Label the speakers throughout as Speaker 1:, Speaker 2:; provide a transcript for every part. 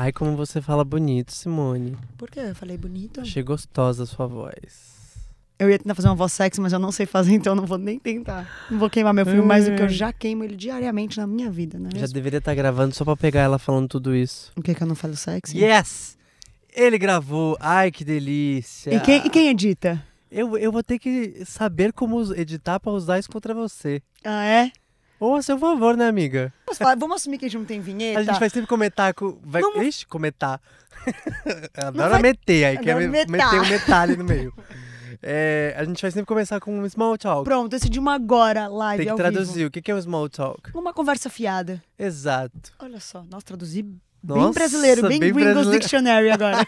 Speaker 1: Ai, como você fala bonito, Simone.
Speaker 2: Por que eu falei bonito?
Speaker 1: Achei gostosa a sua voz.
Speaker 2: Eu ia tentar fazer uma voz sexy, mas eu não sei fazer, então eu não vou nem tentar. Não vou queimar meu filme mais do que eu já queimo ele diariamente na minha vida, né?
Speaker 1: Já deveria estar gravando só pra pegar ela falando tudo isso.
Speaker 2: O que que eu não falo sexy?
Speaker 1: Yes! Ele gravou. Ai, que delícia.
Speaker 2: E, quem, e quem edita?
Speaker 1: Eu, eu vou ter que saber como us- editar pra usar isso contra você.
Speaker 2: Ah, é?
Speaker 1: Ou a seu favor, né, amiga?
Speaker 2: Vamos, falar- vamos assumir que a gente não tem vinheta?
Speaker 1: A gente vai sempre comentar com. Vai...
Speaker 2: Vamos-
Speaker 1: Ixi, comentar. Eu Adoro
Speaker 2: vai-
Speaker 1: meter, aí quer
Speaker 2: Adoro
Speaker 1: me-
Speaker 2: metar.
Speaker 1: meter um metalho no meio. É, a gente vai sempre começar com um small talk.
Speaker 2: Pronto, decidimos agora, live
Speaker 1: Tem que
Speaker 2: ao
Speaker 1: traduzir. O que que é um small talk?
Speaker 2: vivo. Uma conversa fiada.
Speaker 1: Exato.
Speaker 2: Olha só, nós traduzi bem
Speaker 1: Nossa,
Speaker 2: brasileiro, bem,
Speaker 1: bem assim,
Speaker 2: Windows
Speaker 1: brasileiro.
Speaker 2: Dictionary agora.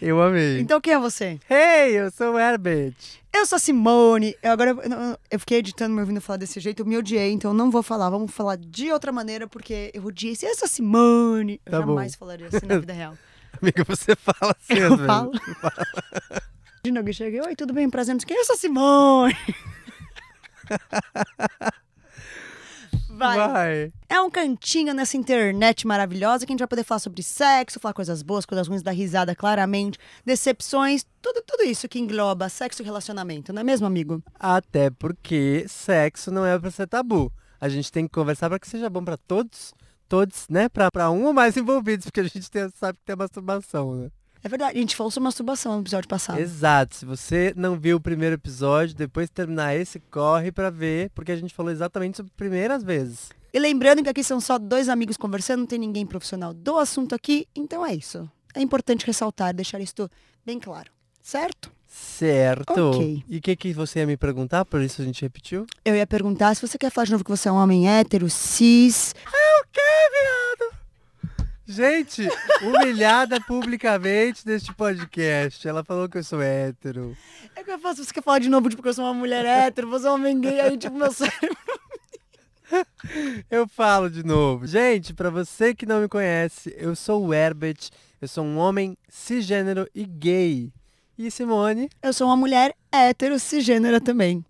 Speaker 1: Eu amei.
Speaker 2: então quem é você?
Speaker 1: Hey, eu sou o Herbert.
Speaker 2: Eu sou a Simone. Eu agora eu, não- eu fiquei editando, me ouvindo falar desse jeito. Eu me odiei, então eu não vou falar. Vamos falar de outra maneira, porque eu odiei. Se eu sou a Simone, eu
Speaker 1: Tá bom.
Speaker 2: jamais falaria assim na vida real.
Speaker 1: Amiga, você fala assim às
Speaker 2: Eu
Speaker 1: vezes.
Speaker 2: falo. Imagina alguém chega e, oi, tudo bem? Prazer, não sei o quê. Eu sou a Simone. Vai.
Speaker 1: Vai.
Speaker 2: É um cantinho nessa internet maravilhosa que a gente vai poder falar sobre sexo, falar coisas boas, coisas ruins, dar risada claramente, decepções, tudo, tudo isso que engloba sexo e relacionamento, não é mesmo, amigo?
Speaker 1: Até porque sexo não é pra ser tabu. A gente tem que conversar pra que seja bom pra todos. Todos, né? Pra, pra um ou mais envolvidos, porque a gente tem- sabe que tem a masturbação, né?
Speaker 2: É verdade, a gente falou sobre masturbação no episódio
Speaker 1: Tá.
Speaker 2: passado.
Speaker 1: Exato. Se você não viu o primeiro episódio, depois de terminar esse, corre pra ver, porque a gente falou exatamente sobre primeiras vezes.
Speaker 2: E lembrando que aqui são só dois amigos conversando, não tem ninguém profissional do assunto aqui, então é isso. É importante ressaltar, deixar isto bem claro, certo?
Speaker 1: Certo.
Speaker 2: Ok.
Speaker 1: E o que, que você ia me perguntar? Por isso a gente repetiu?
Speaker 2: Eu ia perguntar se você quer falar de novo que você é um homem hétero, cis.
Speaker 1: Gente, humilhada publicamente neste podcast. Ela falou que eu sou hétero.
Speaker 2: É que eu faço, você quer falar de novo, tipo, que eu sou uma mulher hétero, você é um homem gay, aí, tipo, meu cérebro.
Speaker 1: Eu falo de novo. Gente, pra você que não me conhece, eu sou o Herbert. Eu sou um homem cisgênero e gay. E Simone?
Speaker 2: Eu sou uma mulher hétero, cisgênera também.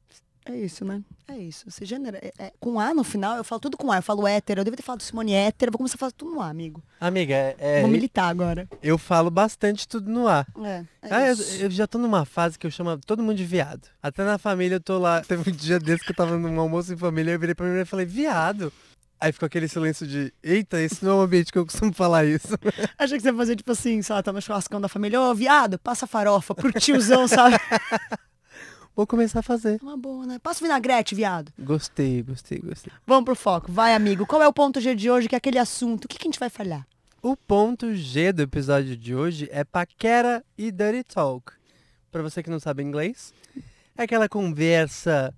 Speaker 2: É isso, né? É isso. Cisgênera. É, é- com A no final, eu falo tudo com A. Eu falo hétero. Eu devia ter falado Simone hétero. eu Vou começar a falar tudo no A, amigo.
Speaker 1: Amiga, é,
Speaker 2: Vou militar agora.
Speaker 1: eu falo bastante tudo no ar.
Speaker 2: É. é
Speaker 1: Ah, eu,
Speaker 2: isso.
Speaker 1: eu já tô numa fase que eu chamo todo mundo de viado. Até na família eu tô lá. Teve um dia desse que eu tava num almoço em família, eu virei pra minha mulher e falei, viado. Aí ficou aquele silêncio de, eita, esse não é um ambiente que eu costumo falar isso.
Speaker 2: Achei que você ia fazer, tipo assim, sei lá, tá no churrascão da família, ô, viado, passa farofa pro tiozão, sabe? É
Speaker 1: Vou começar a fazer.
Speaker 2: uma boa, né? Passa o vinagrete, viado.
Speaker 1: Gostei, gostei, gostei.
Speaker 2: Vamos pro foco. Vai, amigo. Qual é o ponto G de hoje, que é aquele assunto? O que, que a gente vai falhar?
Speaker 1: O ponto G do episódio de hoje é paquera e dirty talk. Pra você que não sabe inglês, é aquela conversa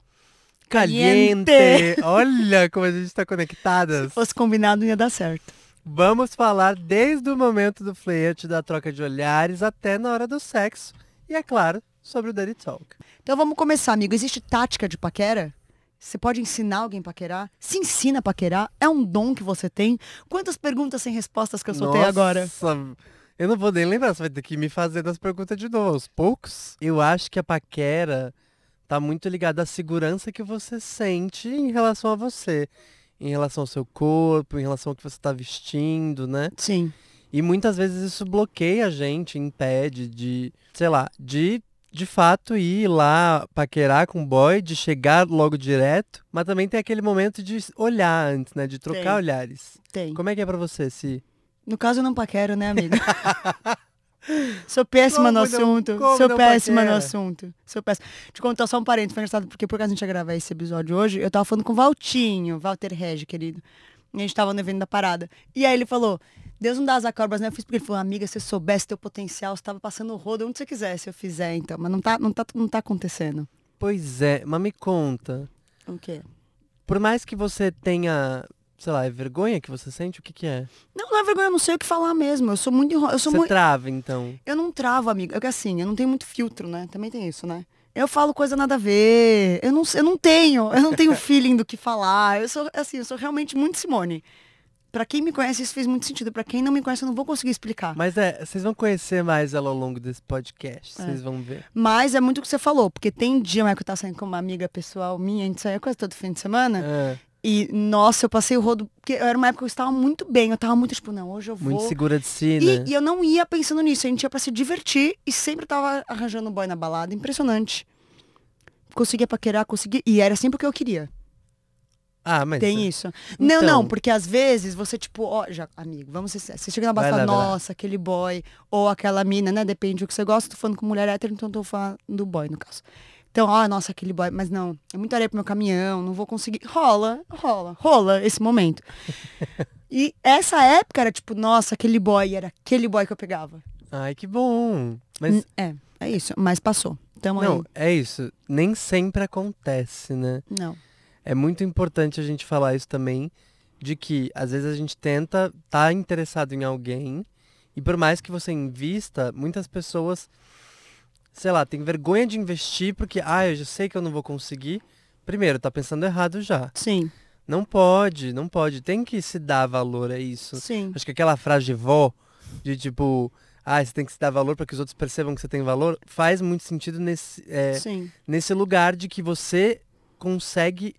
Speaker 1: caliente.
Speaker 2: Caliente.
Speaker 1: Olha como a gente tá conectadas.
Speaker 2: Se fosse combinado, não ia dar certo.
Speaker 1: Vamos falar desde o momento do flerte, da troca de olhares, até na hora do sexo. E, é claro, sobre o Dirty Talk.
Speaker 2: Então vamos começar, amigo. Existe tática de paquera? Você pode ensinar alguém a paquerar? Se ensina a paquerar? É um dom que você tem? Quantas perguntas sem respostas que eu soltei agora?
Speaker 1: Nossa, eu não vou nem lembrar, você vai ter que me fazer das perguntas de novo, aos poucos. Eu acho que a paquera tá muito ligada à segurança que você sente em relação a você. Em relação ao seu corpo, em relação ao que você tá vestindo, né?
Speaker 2: Sim.
Speaker 1: E muitas vezes isso bloqueia a gente, impede de, sei lá, de de fato ir lá paquerar com o boy, de chegar logo direto, mas também tem aquele momento de olhar antes, né, de trocar
Speaker 2: Tem.
Speaker 1: olhares.
Speaker 2: Tem.
Speaker 1: Como é que é pra você, se
Speaker 2: No caso, eu não paquero, né, amigo? Sou péssima
Speaker 1: Como
Speaker 2: no
Speaker 1: não-
Speaker 2: assunto.
Speaker 1: como
Speaker 2: Sou
Speaker 1: não
Speaker 2: péssima no
Speaker 1: paquera?
Speaker 2: assunto. Sou péssima. Te contar só um parênteses, foi engraçado, porque por causa a gente ia gravar esse episódio hoje, eu tava falando com o Valtinho, Walter Regi, querido. E a gente tava no evento da parada. E aí ele falou: Deus não dá as acrobas, né? Eu fiz porque ele falou: Amiga, se eu soubesse teu potencial, você tava passando o rodo onde você quisesse, eu fizer, então. Mas não tá, não tá, não tá acontecendo.
Speaker 1: Pois é, mas me conta.
Speaker 2: O quê?
Speaker 1: Por mais que você tenha, sei lá, é vergonha que você sente, o que que é?
Speaker 2: Não, não é vergonha, eu não sei o que falar mesmo. Eu sou muito enro... eu sou
Speaker 1: você
Speaker 2: muito
Speaker 1: trava, então.
Speaker 2: Eu não travo, amigo. É que assim, eu não tenho muito filtro, né? Também tem isso, né? Eu falo coisa nada a ver. Eu não, eu não tenho, eu não tenho feeling do que falar. Eu sou assim, eu sou realmente muito Simone. Pra quem me conhece, isso fez muito sentido. Pra quem não me conhece, eu não vou conseguir explicar.
Speaker 1: Mas é, vocês vão conhecer mais ela ao longo desse podcast, vocês vão ver.
Speaker 2: Mas é muito o que você falou, porque tem dia né, que eu tava saindo com uma amiga pessoal minha, a gente saía quase todo fim de semana.
Speaker 1: Ah,
Speaker 2: E, nossa, eu passei o rodo. Porque era uma época que eu estava muito bem. Eu estava muito, tipo, não, hoje eu vou.
Speaker 1: Muito segura de si,
Speaker 2: E-
Speaker 1: né?
Speaker 2: E, eu não ia pensando nisso, a gente ia pra se divertir e sempre tava arranjando um boy na balada, impressionante. Conseguia paquerar, conseguia. E era sempre o que eu queria.
Speaker 1: Ah, mas.
Speaker 2: Tem isso.
Speaker 1: Então.
Speaker 2: Não, não, porque às vezes você, tipo, ó, já, amigo, vamos ser sérios. Você chega na
Speaker 1: Vai
Speaker 2: balada e fala,
Speaker 1: lá, vai lá.
Speaker 2: nossa, aquele boy, ou aquela mina, né? Depende do que você gosta, tô falando com mulher hétero, então tô falando do boy, no caso. Então, ó, nossa, aquele boy, mas não, é muito areia pro meu caminhão, não vou conseguir. Rola, rola, rola esse momento. e essa época era tipo, nossa, aquele boy, era aquele boy que eu pegava.
Speaker 1: Ai, que bom. Mas
Speaker 2: N- É, é isso. Mas passou. Tamo
Speaker 1: Não,
Speaker 2: aí.
Speaker 1: é isso. Nem sempre acontece, né?
Speaker 2: Não.
Speaker 1: É muito importante a gente falar isso também, de que às vezes a gente tenta estar interessado em alguém, e por mais que você invista, muitas pessoas, sei lá, tem vergonha de investir porque, ah, eu já sei que eu não vou conseguir. Primeiro, tá pensando errado já.
Speaker 2: Sim,
Speaker 1: Não pode, não pode. Tem que se dar valor a isso.
Speaker 2: sim.
Speaker 1: Acho que aquela frase de vó, de tipo, ah, você tem que se dar valor para que os outros percebam que você tem valor, faz muito sentido nesse, é,
Speaker 2: Sim.
Speaker 1: nesse lugar de que você consegue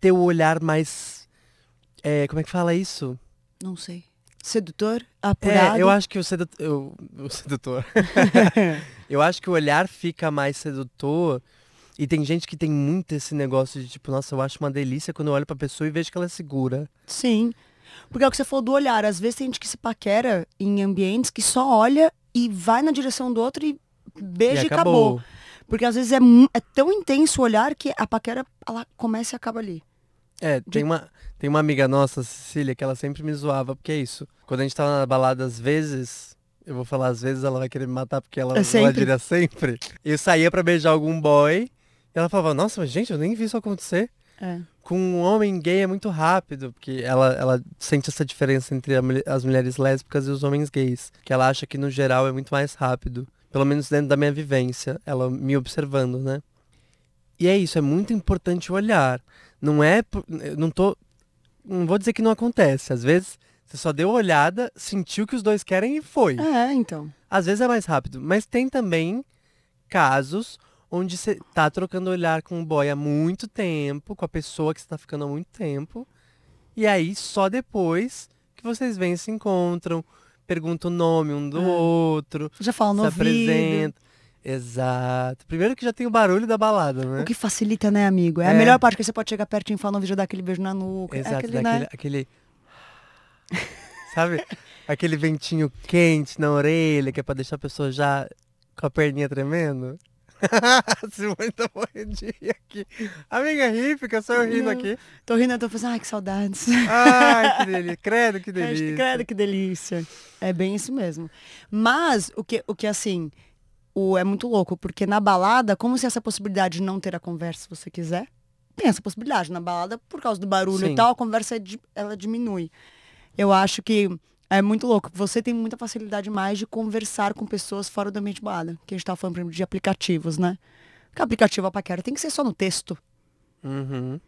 Speaker 1: ter o olhar mais. é, como é que fala isso?
Speaker 2: Não sei. Sedutor?
Speaker 1: É,
Speaker 2: Apurado?
Speaker 1: eu acho que o sedutor. o sedutor. eu acho que o olhar fica mais sedutor. E tem gente que tem muito esse negócio de tipo, nossa, eu acho uma delícia quando eu olho pra pessoa e vejo que ela é segura.
Speaker 2: Sim. Porque é o que você falou do olhar. Às vezes tem gente que se paquera em ambientes que só olha e vai na direção do outro e beija
Speaker 1: e
Speaker 2: e acabou. Porque às vezes é, mu- é tão intenso o olhar que a paquera ela começa e acaba ali.
Speaker 1: É, tem uma, tem uma amiga nossa, Cecília, que ela sempre me zoava, porque é isso. Quando a gente tava na balada, às vezes, eu vou falar às vezes, ela vai querer me matar porque ela,
Speaker 2: É
Speaker 1: ela
Speaker 2: sempre.
Speaker 1: diria sempre. Eu saía pra beijar algum boy, e ela falava, nossa, mas gente, eu nem vi isso acontecer.
Speaker 2: É.
Speaker 1: Com um homem gay é muito rápido, porque ela, ela sente essa diferença entre a mulher- as mulheres lésbicas e os homens gays. Que ela acha que no geral é muito mais rápido. Pelo menos dentro da minha vivência, ela me observando, né? E é isso, é muito importante o olhar. Não é. por- eu Não tô. Não vou dizer que não acontece. Às vezes você só deu uma olhada, sentiu que os dois querem e foi.
Speaker 2: É, então.
Speaker 1: Às vezes é mais rápido. Mas tem também casos onde você tá trocando olhar com o boy há muito tempo, com a pessoa que você tá ficando há muito tempo. E aí só depois que vocês vêm e se encontram, perguntam o nome um do
Speaker 2: É.
Speaker 1: outro,
Speaker 2: Já fala Tá no
Speaker 1: se
Speaker 2: ouvido.
Speaker 1: apresentam. Exato. Primeiro que já tem o barulho da balada, né?
Speaker 2: O que facilita, né, amigo? É, a
Speaker 1: É.
Speaker 2: melhor parte que você pode chegar pertinho e falar no vídeo, dar aquele beijo na nuca.
Speaker 1: Exato,
Speaker 2: é aquele,
Speaker 1: daquele,
Speaker 2: né?
Speaker 1: aquele. Sabe? Aquele ventinho quente na orelha que é pra deixar a pessoa já com a perninha tremendo. Simone tá morrendo de rir aqui. Amiga, é ri, fica só eu rindo
Speaker 2: Não.
Speaker 1: aqui.
Speaker 2: Tô rindo, eu tô pensando, ai, que saudades.
Speaker 1: Ai, que delícia. Credo, que
Speaker 2: Hashtag,
Speaker 1: delícia.
Speaker 2: Credo, que delícia. É bem isso mesmo. Mas o que, o que assim, o, é muito louco, porque na balada, como se essa possibilidade de não ter a conversa, se você quiser, tem essa possibilidade. Na balada, por causa do barulho
Speaker 1: Sim.
Speaker 2: e tal, a conversa é di- ela diminui. Eu acho que é muito louco. Você tem muita facilidade mais de conversar com pessoas fora do ambiente de balada. Que a gente tava falando, por exemplo, de aplicativos, né? Porque aplicativo a paquera tem que ser só no texto.
Speaker 1: Uhum.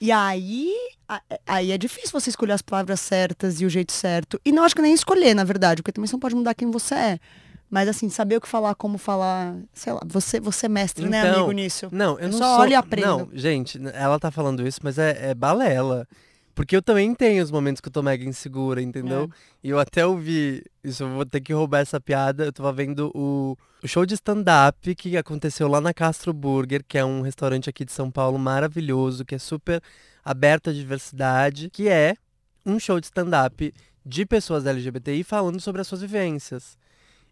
Speaker 2: E aí, a- aí é difícil você escolher as palavras certas e o jeito certo. E não acho que nem escolher, na verdade, porque também você não pode mudar quem você é. Mas assim, saber o que falar, como falar, sei lá, você, você é mestre, né,
Speaker 1: Então,
Speaker 2: amigo, nisso.
Speaker 1: Não, eu,
Speaker 2: Eu
Speaker 1: não
Speaker 2: só
Speaker 1: sou...
Speaker 2: olho e aprendo.
Speaker 1: Não, gente, ela tá falando isso, mas é, é balela. Porque eu também tenho os momentos que eu tô mega insegura, entendeu? E eu até ouvi, isso eu vou ter que roubar essa piada, eu tava vendo o, o show de stand-up que aconteceu lá na Castro Burger, que é um restaurante aqui de São Paulo maravilhoso, que é super aberto à diversidade, que é um show de stand-up de pessoas LGBTI falando sobre as suas vivências.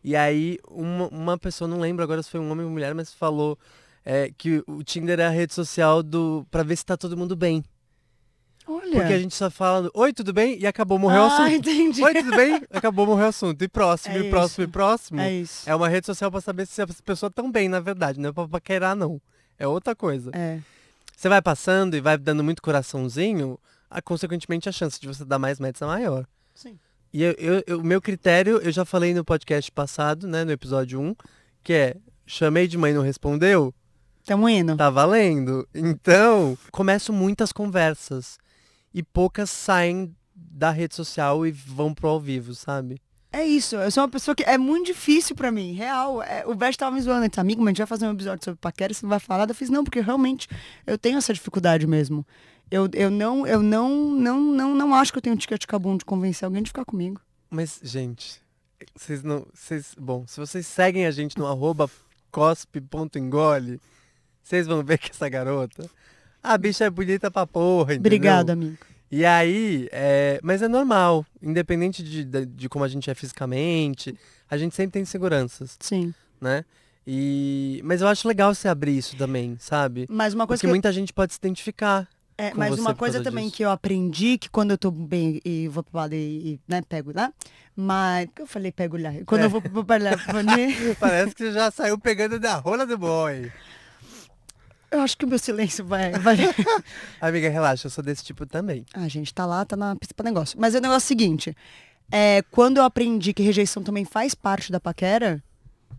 Speaker 1: E aí uma, uma pessoa, não lembro agora se foi um homem ou mulher, mas falou é, que o Tinder é a rede social do para ver se tá todo mundo bem.
Speaker 2: Olha.
Speaker 1: Porque a gente só fala, oi, tudo bem? E acabou, morreu o
Speaker 2: ah,
Speaker 1: assunto.
Speaker 2: entendi.
Speaker 1: Oi, tudo bem? Acabou, morreu o assunto. E próximo,
Speaker 2: É
Speaker 1: e próximo, e próximo.
Speaker 2: É
Speaker 1: É,
Speaker 2: isso.
Speaker 1: uma rede social pra saber se as pessoas estão bem, na verdade. Não é pra paquerar, não. É outra coisa.
Speaker 2: É.
Speaker 1: Você vai passando e vai dando muito coraçãozinho, ah, consequentemente a chance de você dar mais metros é maior.
Speaker 2: Sim.
Speaker 1: E eu- eu- eu- o meu critério, eu já falei no podcast passado, né, no episódio 1, que é, chamei de mãe e não respondeu,
Speaker 2: Tamo indo.
Speaker 1: Tá valendo. Então, começam muitas conversas. E poucas saem da rede social e vão pro ao vivo, sabe?
Speaker 2: É isso. Eu sou uma pessoa que é muito difícil pra mim, real. É, o Best tava me zoando, ele disse, amigo, mas a gente vai fazer um episódio sobre paquera, você não vai falar. Eu fiz, não, porque realmente eu tenho essa dificuldade mesmo. Eu, eu não, eu não, não, não, não acho que eu tenho um ticket cabum de convencer alguém de ficar comigo.
Speaker 1: Mas, gente, vocês não. Vocês, bom, se vocês seguem a gente no arroba cospe.engole, vocês vão ver que essa garota. A bicha é bonita pra porra, entendeu?
Speaker 2: Obrigada, amigo.
Speaker 1: E aí, é, mas é normal, independente de, de, de como a gente é fisicamente, a gente sempre tem inseguranças,
Speaker 2: Sim.
Speaker 1: né? E, mas eu acho legal você abrir isso também, sabe?
Speaker 2: Mas uma coisa
Speaker 1: Porque
Speaker 2: que eu-
Speaker 1: muita gente pode se identificar.
Speaker 2: É,
Speaker 1: com
Speaker 2: mas
Speaker 1: você
Speaker 2: uma
Speaker 1: por
Speaker 2: coisa
Speaker 1: causa
Speaker 2: também
Speaker 1: disso.
Speaker 2: que eu aprendi, que quando eu tô bem e vou pro balé e, e, né, pego lá, mas... que eu falei pego lá? Quando
Speaker 1: É.
Speaker 2: eu vou pro balé, vou, né?
Speaker 1: Parece que você já saiu pegando da rola do boy.
Speaker 2: eu acho que o meu silêncio vai... vai...
Speaker 1: Amiga, relaxa, eu sou desse tipo também.
Speaker 2: Ah, gente, tá lá, tá na pista pra negócio. Mas é o negócio seguinte, é, quando eu aprendi que rejeição também faz parte da paquera,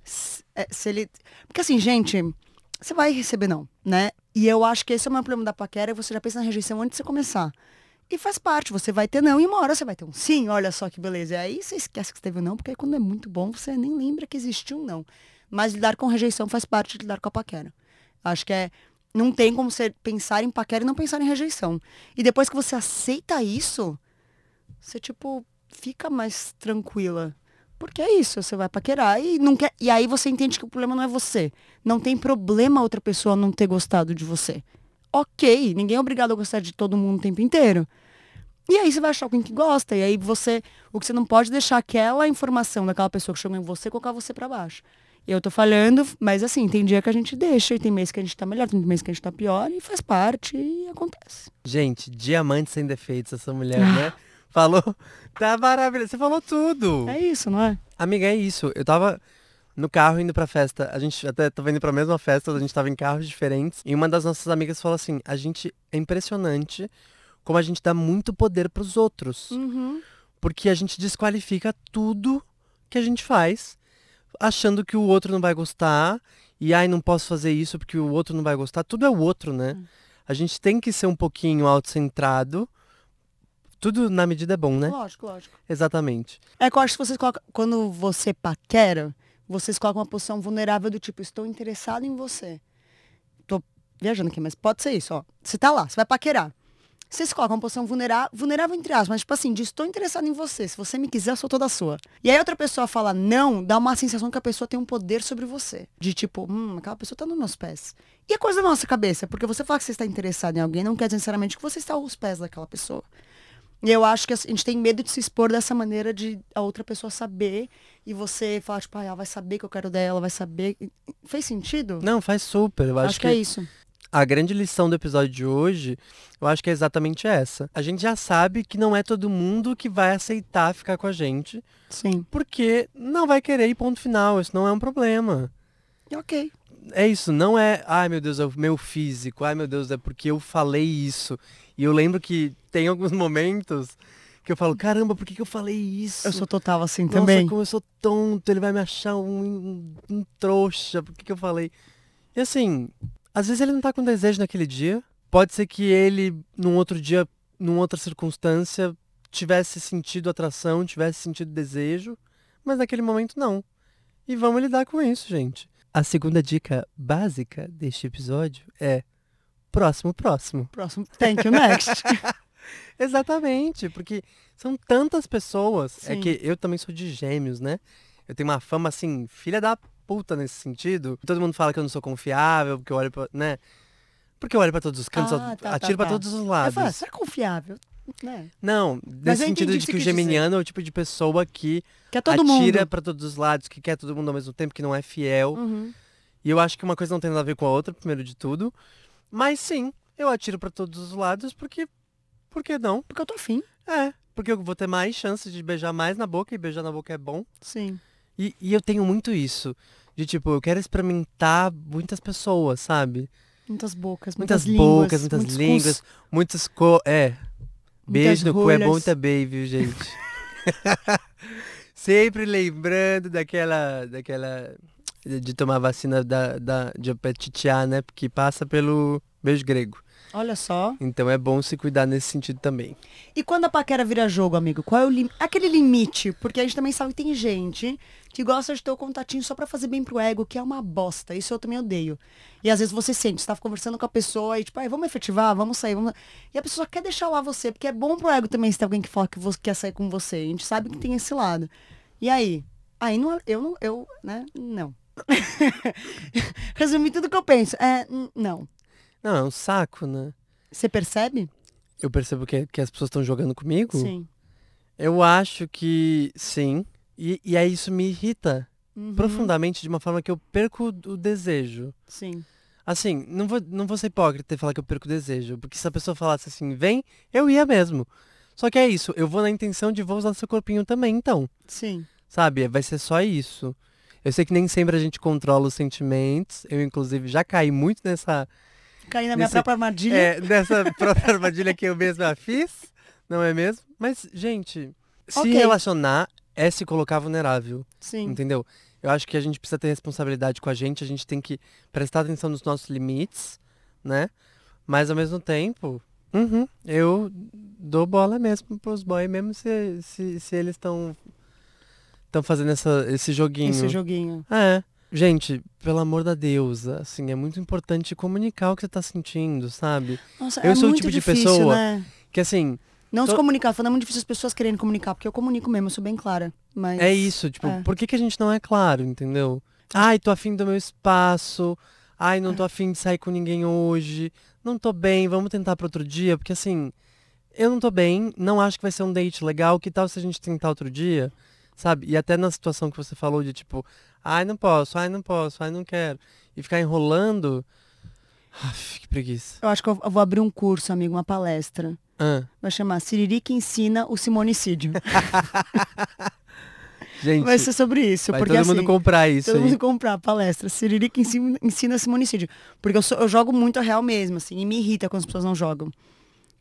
Speaker 2: se, é, se ele... Porque assim, gente, você vai receber não, né? E eu acho que esse é o meu problema da paquera, você já pensa na rejeição antes de você começar. E faz parte, você vai ter não, e uma hora você vai ter um sim, olha só que beleza. E aí você esquece que você teve um não, porque aí quando é muito bom, você nem lembra que existiu um não. Mas lidar com rejeição faz parte de lidar com a paquera. Acho que é. Não tem como você pensar em paquera e não pensar em rejeição. E depois que você aceita isso, você, tipo, fica mais tranquila. Porque é isso, você vai paquerar e não quer. E aí você entende que o problema não é você. Não tem problema outra pessoa não ter gostado de você. Ok, ninguém é obrigado a gostar de todo mundo o tempo inteiro. E aí você vai achar alguém que gosta. E aí você. O que você não pode deixar é aquela informação daquela pessoa que chegou em você colocar você pra baixo. Eu tô falhando, mas assim, tem dia que a gente deixa, e tem mês que a gente tá melhor, tem mês que a gente tá pior, e faz parte e acontece.
Speaker 1: Gente, diamante sem defeitos essa mulher, né? Falou, tá maravilhoso. Você falou tudo.
Speaker 2: É isso, não é?
Speaker 1: Amiga, é isso. Eu tava no carro indo pra festa. A gente até tava indo pra mesma festa, a gente tava em carros diferentes. E uma das nossas amigas falou assim: a gente é impressionante como a gente dá muito poder pros outros.
Speaker 2: Uhum.
Speaker 1: Porque a gente desqualifica tudo que a gente faz, achando que o outro não vai gostar, e ai, não posso fazer isso porque o outro não vai gostar. Tudo é o outro, né?
Speaker 2: Hum.
Speaker 1: A gente tem que ser um pouquinho autocentrado. Tudo na medida é bom, né?
Speaker 2: Lógico, lógico.
Speaker 1: Exatamente.
Speaker 2: É que eu acho que vocês colocam. Quando você paquera, vocês colocam uma posição vulnerável do tipo, estou interessado em você. Tô viajando aqui, mas pode ser isso, ó. Você tá lá, você vai paquerar. Vocês colocam uma posição vulnerável, vulnerável entre aspas, mas tipo assim, de estou interessado em você. Se você me quiser, eu sou toda sua. E aí outra pessoa fala não, dá uma sensação que a pessoa tem um poder sobre você. De tipo, hum, aquela pessoa tá nos meus pés. E é coisa da nossa cabeça, porque você falar que você está interessado em alguém não quer dizer necessariamente que você está aos pés daquela pessoa. E eu acho que a gente tem medo de se expor dessa maneira de a outra pessoa saber e você falar, tipo, ah, ela vai saber que eu quero dela, ela vai saber. Fez sentido?
Speaker 1: Não, faz super. Eu acho,
Speaker 2: acho que é isso.
Speaker 1: a grande lição do episódio de hoje, eu acho que é exatamente essa. A gente já sabe que não é todo mundo que vai aceitar ficar com a gente,
Speaker 2: Sim.
Speaker 1: porque não vai querer e ponto final. Isso não é um problema.
Speaker 2: E ok.
Speaker 1: É isso, não é, ai meu Deus, é o meu físico, ai meu Deus, é porque eu falei isso. E eu lembro que tem alguns momentos que eu falo, caramba, por que, que eu falei isso?
Speaker 2: Eu sou total assim
Speaker 1: Nossa,
Speaker 2: também.
Speaker 1: como eu sou tonto, ele vai me achar um, um- um trouxa, por que, que eu falei? E assim, às vezes ele não tá com desejo naquele dia. Pode ser que ele, num outro dia, numa outra circunstância, tivesse sentido atração, tivesse sentido desejo, mas naquele momento não. E vamos lidar com isso, gente. A segunda dica básica deste episódio é próximo, próximo.
Speaker 2: Próximo. Ah, Thank you, next.
Speaker 1: Exatamente, porque são tantas pessoas. É
Speaker 2: Sim.
Speaker 1: que eu também sou de gêmeos, né? Eu tenho uma fama assim, filha da puta nesse sentido. Todo mundo fala que eu não sou confiável, porque eu olho pra. né? Porque eu olho pra todos os cantos,
Speaker 2: Ah,
Speaker 1: eu
Speaker 2: tá, tá,
Speaker 1: atiro pra
Speaker 2: tá.
Speaker 1: todos os
Speaker 2: Eu
Speaker 1: lados.
Speaker 2: falo, será confiável? Né?
Speaker 1: Não, nesse
Speaker 2: eu entendi
Speaker 1: sentido
Speaker 2: o
Speaker 1: de
Speaker 2: que
Speaker 1: que
Speaker 2: você
Speaker 1: o
Speaker 2: quis dizer.
Speaker 1: geminiano é o tipo de pessoa que
Speaker 2: Que é todo
Speaker 1: atira
Speaker 2: mundo.
Speaker 1: pra todos os lados, que quer todo mundo ao mesmo tempo, que não é fiel.
Speaker 2: Uhum.
Speaker 1: E eu acho que uma coisa não tem nada a ver com a outra, primeiro de tudo. Mas sim, eu atiro pra todos os lados porque. Por que não?
Speaker 2: Porque eu tô afim.
Speaker 1: É, porque eu vou ter mais chance de beijar mais na boca, e beijar na boca é bom.
Speaker 2: Sim.
Speaker 1: E, e eu tenho muito isso. De tipo, eu quero experimentar muitas pessoas, sabe?
Speaker 2: Muitas bocas,
Speaker 1: Muitas,
Speaker 2: muitas,
Speaker 1: bocas,
Speaker 2: línguas.
Speaker 1: muitas
Speaker 2: muitos
Speaker 1: línguas,
Speaker 2: cus,
Speaker 1: muitos co. É. Beijo
Speaker 2: muitas
Speaker 1: no cu é bom
Speaker 2: rolhas.
Speaker 1: também, viu, gente? Sempre lembrando daquela. daquela. de de tomar vacina da, da, de hepatite A, né? Porque passa pelo beijo grego.
Speaker 2: Olha só.
Speaker 1: Então é bom se cuidar nesse sentido também.
Speaker 2: E quando a paquera vira jogo, amigo, qual é o lim... aquele limite? Porque a gente também sabe que tem gente que gosta de ter o contatinho só pra fazer bem pro ego, que é uma bosta. Isso eu também odeio. E às vezes você sente, você tá conversando com a pessoa e tipo, ai, vamos efetivar, vamos sair, vamos. E a pessoa só quer deixar lá você, porque é bom pro ego também se tem alguém que fala que você quer sair com você. A gente sabe que tem esse lado. E aí? Aí não, é, eu não, eu, né? Não. Resumi tudo que eu penso. É, n- não.
Speaker 1: Não, é um saco, né?
Speaker 2: Você percebe?
Speaker 1: Eu percebo que, que as pessoas estão jogando comigo. Eu acho que sim. E, e aí isso me irrita
Speaker 2: Uhum.
Speaker 1: profundamente de uma forma que eu perco o desejo.
Speaker 2: Sim.
Speaker 1: Assim, não vou, não vou ser hipócrita e falar que eu perco o desejo. Porque se a pessoa falasse assim, vem, eu ia mesmo. Só que é isso, eu vou na intenção de vou usar seu corpinho também, então.
Speaker 2: Sim.
Speaker 1: Sabe? Vai ser só isso. Eu sei que nem sempre a gente controla os sentimentos. Eu, inclusive, já caí muito nessa
Speaker 2: Caí na minha
Speaker 1: Nesse-
Speaker 2: própria armadilha.
Speaker 1: É, nessa própria armadilha que eu mesma fiz, não é mesmo? Mas, gente, se
Speaker 2: Ok.
Speaker 1: relacionar é se colocar vulnerável,
Speaker 2: Sim.
Speaker 1: entendeu? Eu acho que a gente precisa ter responsabilidade com a gente, a gente tem que prestar atenção nos nossos limites, né? Mas ao mesmo tempo, uhum, eu dou bola mesmo pros boys, mesmo se, se, se eles estão estão fazendo essa, esse joguinho.
Speaker 2: Esse joguinho.
Speaker 1: É. Gente, pelo amor da deusa, assim, é muito importante comunicar o que você tá sentindo, sabe?
Speaker 2: Nossa,
Speaker 1: Eu
Speaker 2: é
Speaker 1: sou o
Speaker 2: muito
Speaker 1: tipo de
Speaker 2: difícil,
Speaker 1: pessoa-
Speaker 2: né?
Speaker 1: Que assim,
Speaker 2: Não se
Speaker 1: Tô-
Speaker 2: comunicar, falando é muito difícil as pessoas querendo comunicar, porque eu comunico mesmo, eu sou bem clara. Mas.
Speaker 1: é isso, tipo,
Speaker 2: é.
Speaker 1: por que, que a gente não é claro, entendeu? Ai, tô afim do meu espaço, ai, não tô
Speaker 2: É.
Speaker 1: afim de sair com ninguém hoje, não tô bem, vamos tentar pra outro dia, porque assim, eu não tô bem, não acho que vai ser um date legal, que tal se a gente tentar outro dia? Sabe? E até na situação que você falou de tipo, ai, não posso, ai, não posso, ai, não quero, e ficar enrolando. Aff, que preguiça.
Speaker 2: Eu acho que eu eu vou abrir um curso, amigo, uma palestra.
Speaker 1: Ah,
Speaker 2: Vai chamar Siririca Ensina o Simonicídio.
Speaker 1: gente,
Speaker 2: Vai ser sobre isso.
Speaker 1: vai
Speaker 2: tipo, porque
Speaker 1: todo
Speaker 2: assim,
Speaker 1: mundo comprar isso
Speaker 2: todo
Speaker 1: aí.
Speaker 2: mundo comprar a palestra. Siririca ensina, ensina esse monicídio. Porque eu, sou- eu jogo muito a real mesmo, assim, e me irrita quando as pessoas não jogam.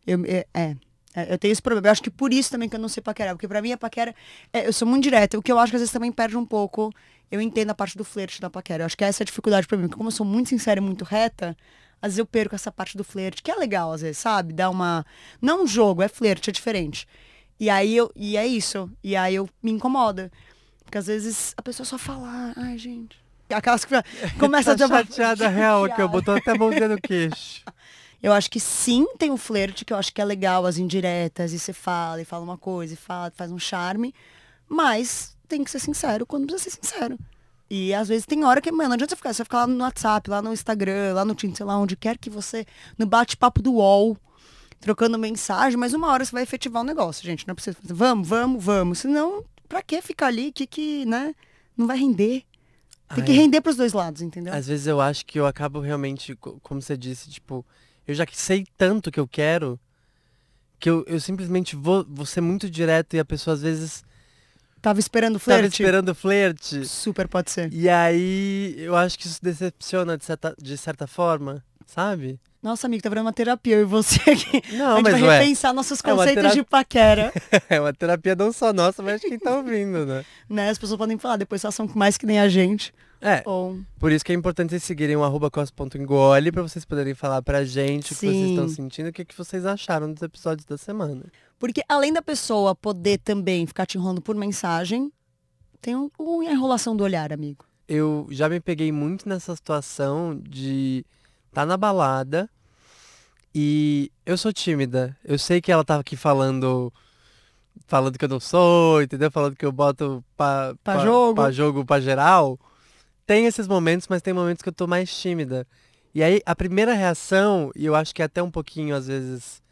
Speaker 2: Eu, é, é. É, eu tenho esse problema. Eu acho que por isso também que eu não sei paquerar. Porque pra mim a paquera. é, eu sou muito direta. O que eu acho que às vezes também perde um pouco. Eu entendo a parte do flerte da paquera. Eu acho que essa é a dificuldade pra mim. Porque como eu sou muito sincera e muito reta, às vezes eu perco essa parte do flerte, que é legal, às vezes, sabe? Dá uma. Não um jogo, é flerte, é diferente. E aí eu. E é isso. E aí eu me incomoda. Porque às vezes a pessoa só fala, ai, gente. Aquelas que começa a
Speaker 1: tá
Speaker 2: dar
Speaker 1: chateada real aqui, eu
Speaker 2: Chateada.
Speaker 1: botou até a mãozinha no queixo.
Speaker 2: Eu acho que sim tem o flerte, que eu acho que é legal, as indiretas, e você fala, e fala uma coisa, e fala, faz um charme. Mas tem que ser sincero quando precisa ser sincero. E às vezes tem hora que, mano, não adianta você ficar, você ficar lá no WhatsApp, lá no Instagram, lá no Tinder, sei lá, onde quer que você, no bate-papo do UOL, trocando mensagem, mas uma hora você vai efetivar o negócio, gente. Não é precisa fazer, vamos, vamos, vamos. Senão, pra que ficar ali? Que que, né? Não vai render. Tem que
Speaker 1: Ai, é.
Speaker 2: render né? pros dois lados, entendeu?
Speaker 1: Às vezes eu acho que eu acabo realmente, co- como você disse, tipo, eu já que sei tanto que eu quero, que eu, eu simplesmente vou, vou ser muito direto e a pessoa às vezes
Speaker 2: Tava esperando o
Speaker 1: tava
Speaker 2: flerte.
Speaker 1: esperando o flerte.
Speaker 2: Super pode ser.
Speaker 1: E aí eu acho que isso decepciona de certa, de certa forma, sabe?
Speaker 2: Nossa, amigo, tá virando uma terapia eu e você aqui. a
Speaker 1: Não,
Speaker 2: gente
Speaker 1: mas
Speaker 2: vai
Speaker 1: ué,
Speaker 2: repensar nossos
Speaker 1: É uma
Speaker 2: conceitos
Speaker 1: tera-
Speaker 2: de paquera.
Speaker 1: é uma terapia não só nossa, mas de quem tá ouvindo, né?
Speaker 2: né? As pessoas podem falar, depois elas são mais que nem a gente.
Speaker 1: É,
Speaker 2: Ou
Speaker 1: Por isso que é importante vocês seguirem o arroba cos.engole pra vocês poderem falar pra gente o que vocês
Speaker 2: Sim.
Speaker 1: estão sentindo e o que, que vocês acharam dos episódios da semana.
Speaker 2: Porque além da pessoa poder também ficar te enrolando por mensagem, tem um, um enrolação do olhar, amigo.
Speaker 1: Eu já me peguei muito nessa situação de tá na balada e eu sou tímida. Eu sei que ela tá aqui falando falando que eu não sou, entendeu? Falando que eu boto pra,
Speaker 2: Pra jogo.
Speaker 1: pra jogo, pra geral. Tem esses momentos, mas tem momentos que eu tô mais tímida. E aí a primeira reação, e eu acho que é até um pouquinho às vezes